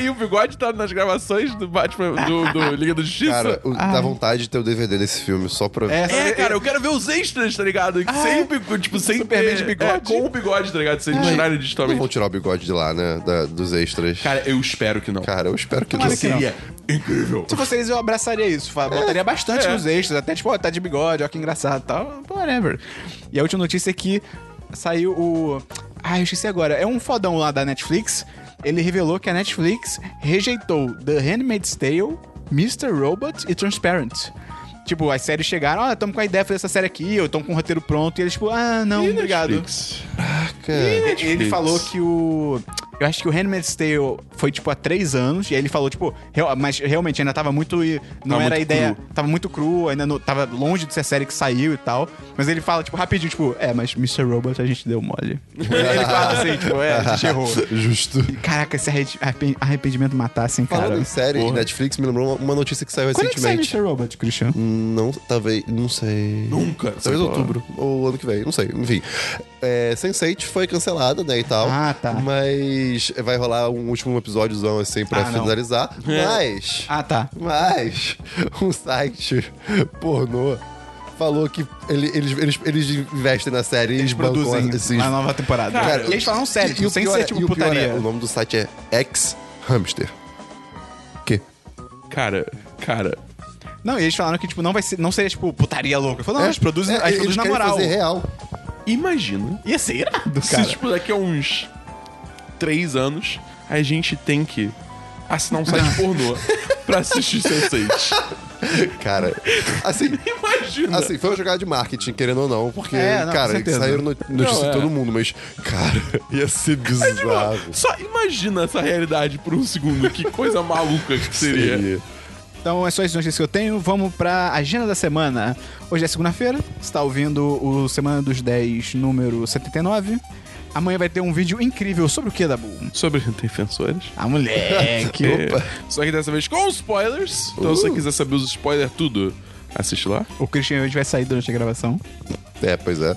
Speaker 2: e, e o bigode tá nas gravações do Batman, do, do Liga da Justiça.
Speaker 3: Cara, o- dá vontade de ter o DVD desse filme só pra ver.
Speaker 1: É,
Speaker 2: É, cara, eu quero ver os extras, tá ligado? sem, bigo- tipo, sem
Speaker 1: Superman de bigode.
Speaker 2: É, com o bigode, tá ligado? Sem tirarem
Speaker 3: Não vão
Speaker 2: digitalmente.
Speaker 3: tirar o bigode de lá, né? da- dos extras. Cara,
Speaker 2: Cara, eu espero que não.
Speaker 3: eu espero que
Speaker 1: Tomara
Speaker 3: não.
Speaker 1: que não.
Speaker 2: incrível.
Speaker 1: Se vocês, eu abraçaria isso. fa- Botaria
Speaker 3: É.
Speaker 1: bastante nos extras. Até tipo, ó, tá de bigode, ó, que engraçado e tal. Whatever. E a última notícia é que saiu o. Ah, eu esqueci agora. É um fodão lá da Netflix. Ele revelou que a Netflix rejeitou The Handmaid's Tale, Mr. Robot e Transparent. Tipo, as séries chegaram, ó, tamo com a ideia de fazer essa série aqui, ou tamo com o roteiro pronto, e eles, tipo, ah, não, obrigado.
Speaker 2: Netflix.
Speaker 3: Cara,
Speaker 1: Ele- Ele falou que o. Eu acho que o Handmaid's Tale foi, tipo, há três anos. E aí ele falou, tipo, real- mas realmente ainda tava muito. e Não
Speaker 2: Tava
Speaker 1: era a
Speaker 2: muito
Speaker 1: ideia. Tava muito cru, ainda não, tava longe de ser a série que saiu e tal. Mas ele fala, tipo, rapidinho, tipo, é, mas Mr. Robot a gente deu mole. ele fala assim, tipo, é, a gente errou.
Speaker 3: Justo.
Speaker 1: Caraca, se arre- arrepe- arrependimento matasse, hein, cara.
Speaker 3: Falando em série de Netflix, me lembrou uma, uma notícia que saiu
Speaker 1: Quando é que sai
Speaker 3: recentemente.
Speaker 1: Mr. Robot, Christian?
Speaker 3: Não, talvez. Não sei.
Speaker 2: Nunca.
Speaker 3: Talvez outubro, ou ano que vem, não sei, enfim. É, Sense8 foi cancelada, né, e tal.
Speaker 1: Ah, tá.
Speaker 3: Mas vai rolar um último episódiozão, assim, pra
Speaker 1: Ah, não.
Speaker 3: finalizar. Mas,
Speaker 1: Ah, tá.
Speaker 3: mas, um site pornô falou que ele- eles, eles, eles investem na série, eles,
Speaker 1: Eles
Speaker 3: bancam
Speaker 1: produzem
Speaker 3: Hum. esses-
Speaker 1: na nova temporada.
Speaker 3: tipo, Cara,
Speaker 1: e eles falam sério,
Speaker 3: e
Speaker 1: tipo,
Speaker 3: o
Speaker 1: sem
Speaker 3: pior
Speaker 1: ser
Speaker 3: é-
Speaker 1: tipo
Speaker 3: e o pior é,
Speaker 1: putaria.
Speaker 3: o nome do site é X-Hamster. Que?
Speaker 2: Cara, cara.
Speaker 1: Não, e eles falaram que, tipo, não vai ser, não seria, tipo, putaria louca. Eu falei, não,
Speaker 3: É,
Speaker 1: eles produzem,
Speaker 3: é,
Speaker 1: eles produzem na
Speaker 3: querem
Speaker 1: moral.
Speaker 3: fazer real.
Speaker 2: Imagina
Speaker 1: Ia ser irado,
Speaker 2: se,
Speaker 1: cara.
Speaker 2: tipo, daqui a uns três anos, a gente tem que assinar um site pornô pra assistir Sense8.
Speaker 3: Cara, assim,
Speaker 2: Imagina.
Speaker 3: Assim, foi uma jogada de marketing, querendo ou não, porque,
Speaker 1: É, não, É com
Speaker 3: cara,
Speaker 1: certeza.
Speaker 3: saíram no- notícias
Speaker 2: Não, é.
Speaker 3: de todo mundo, mas, cara, ia ser bizarro.
Speaker 2: Só imagina essa realidade por um segundo. Que coisa maluca que seria.
Speaker 1: Então é só as notícias que eu tenho. Vamos pra agenda da semana. Hoje é segunda-feira, você tá ouvindo o Semana dos 10, número 79. Amanhã vai ter um vídeo incrível sobre o que, Dabu?
Speaker 2: Sobre defensores.
Speaker 1: Ah, moleque.
Speaker 2: É, só que dessa vez com spoilers. Então, se você quiser saber os spoilers, tudo, assiste lá.
Speaker 1: o Christian hoje vai sair durante a gravação.
Speaker 3: É, pois é.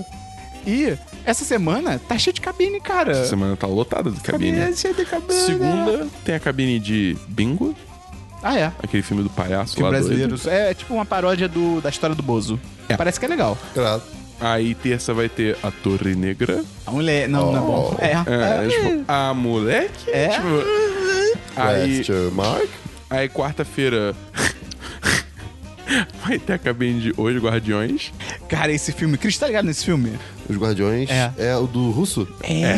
Speaker 1: E essa semana tá cheio de cabine, cara.
Speaker 2: Essa semana tá lotada de cabine.
Speaker 1: Cabine, é cheio de cabine.
Speaker 2: Segunda tem a cabine de Bingo,
Speaker 1: Ah, é.
Speaker 2: aquele filme do palhaço
Speaker 1: Filme
Speaker 2: lá
Speaker 1: brasileiro.
Speaker 2: doido.
Speaker 1: É, tipo uma paródia do, da história do Bozo.
Speaker 2: É.
Speaker 1: Parece que é legal.
Speaker 3: Claro.
Speaker 2: Aí terça vai ter a Torre Negra.
Speaker 1: A mulher. Não, não é
Speaker 3: Oh.
Speaker 1: bom. É,
Speaker 2: É, tipo, a moleque.
Speaker 1: É.
Speaker 3: É.
Speaker 2: Tipo, aí,
Speaker 3: Question mark.
Speaker 2: aí quarta-feira vai ter a cabine de Os Guardiões.
Speaker 1: é. Cara, esse filme. Cris, tá ligado nesse filme?
Speaker 3: Os Guardiões
Speaker 1: É.
Speaker 3: é, o do russo?
Speaker 1: É.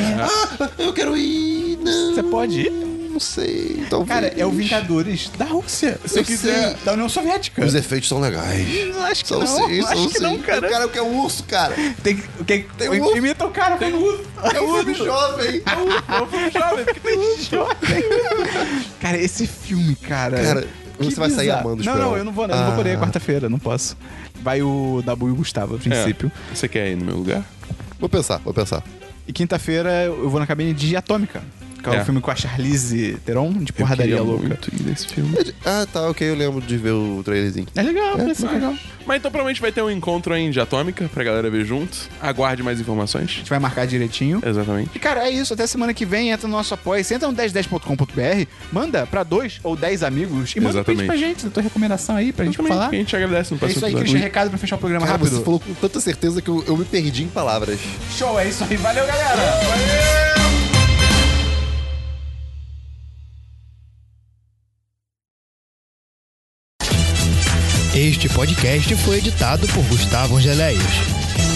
Speaker 3: Ah, eu quero ir! Não,
Speaker 1: Você pode ir?
Speaker 3: Não sei, talvez.
Speaker 1: Cara, é o Vingadores da Rússia. Se
Speaker 3: Eu
Speaker 1: quiser,
Speaker 3: sei.
Speaker 1: da União Soviética.
Speaker 3: Os efeitos são legais.
Speaker 1: Não, Acho que
Speaker 3: São
Speaker 1: não,
Speaker 3: sim,
Speaker 1: acho
Speaker 3: são
Speaker 1: que
Speaker 3: sim.
Speaker 1: não, cara.
Speaker 3: O cara que é um urso, cara.
Speaker 1: Tem, que- tem, que-
Speaker 3: Tem um-
Speaker 1: imita o cara, tem o
Speaker 3: É um filme jovem. um
Speaker 2: Vamos jovem, porque tem
Speaker 1: Cara, um esse filme, cara.
Speaker 3: Cara, Você vai sair
Speaker 1: bizarro.
Speaker 3: amando os Ah.
Speaker 1: Não,
Speaker 3: Perol.
Speaker 1: não, eu não vou, não, eu não vou poder quarta-feira, não posso. Vai o Dabu e o Gustavo, a princípio.
Speaker 2: É. Você quer ir no meu lugar?
Speaker 3: Vou pensar, vou pensar.
Speaker 1: E quinta-feira eu vou na cabine de Atômica, que é,
Speaker 2: É.
Speaker 1: o filme com a Charlize Theron, de
Speaker 2: Eu
Speaker 1: porradaria
Speaker 2: queria
Speaker 1: louca.
Speaker 2: muito ir nesse filme.
Speaker 3: Ah, tá, ok, eu lembro de ver o trailerzinho.
Speaker 1: É legal, parece
Speaker 3: mas-
Speaker 1: legal. A
Speaker 2: Mas então provavelmente vai ter um encontro aí de Atômica pra galera ver junto. Aguarde mais informações.
Speaker 1: gente vai marcar direitinho.
Speaker 2: Exatamente.
Speaker 1: E, cara, é isso. Até semana que vem, entra no nosso apoio. Você entra no 1010.com.br, manda pra dois ou dez amigos e manda um print
Speaker 2: Exatamente.
Speaker 1: pra gente, da tua recomendação aí, pra gente
Speaker 2: Exatamente,
Speaker 1: falar.
Speaker 2: que A gente agradece no
Speaker 1: É
Speaker 2: próximo
Speaker 1: isso aí, Christian.
Speaker 2: episódio.
Speaker 1: Recado pra fechar o programa
Speaker 3: Cara,
Speaker 1: rápido.
Speaker 3: você falou com tanta certeza que eu, eu me perdi em palavras.
Speaker 1: Show, é isso aí. Valeu, galera!
Speaker 9: Este podcast foi editado por Gustavo Angeléias.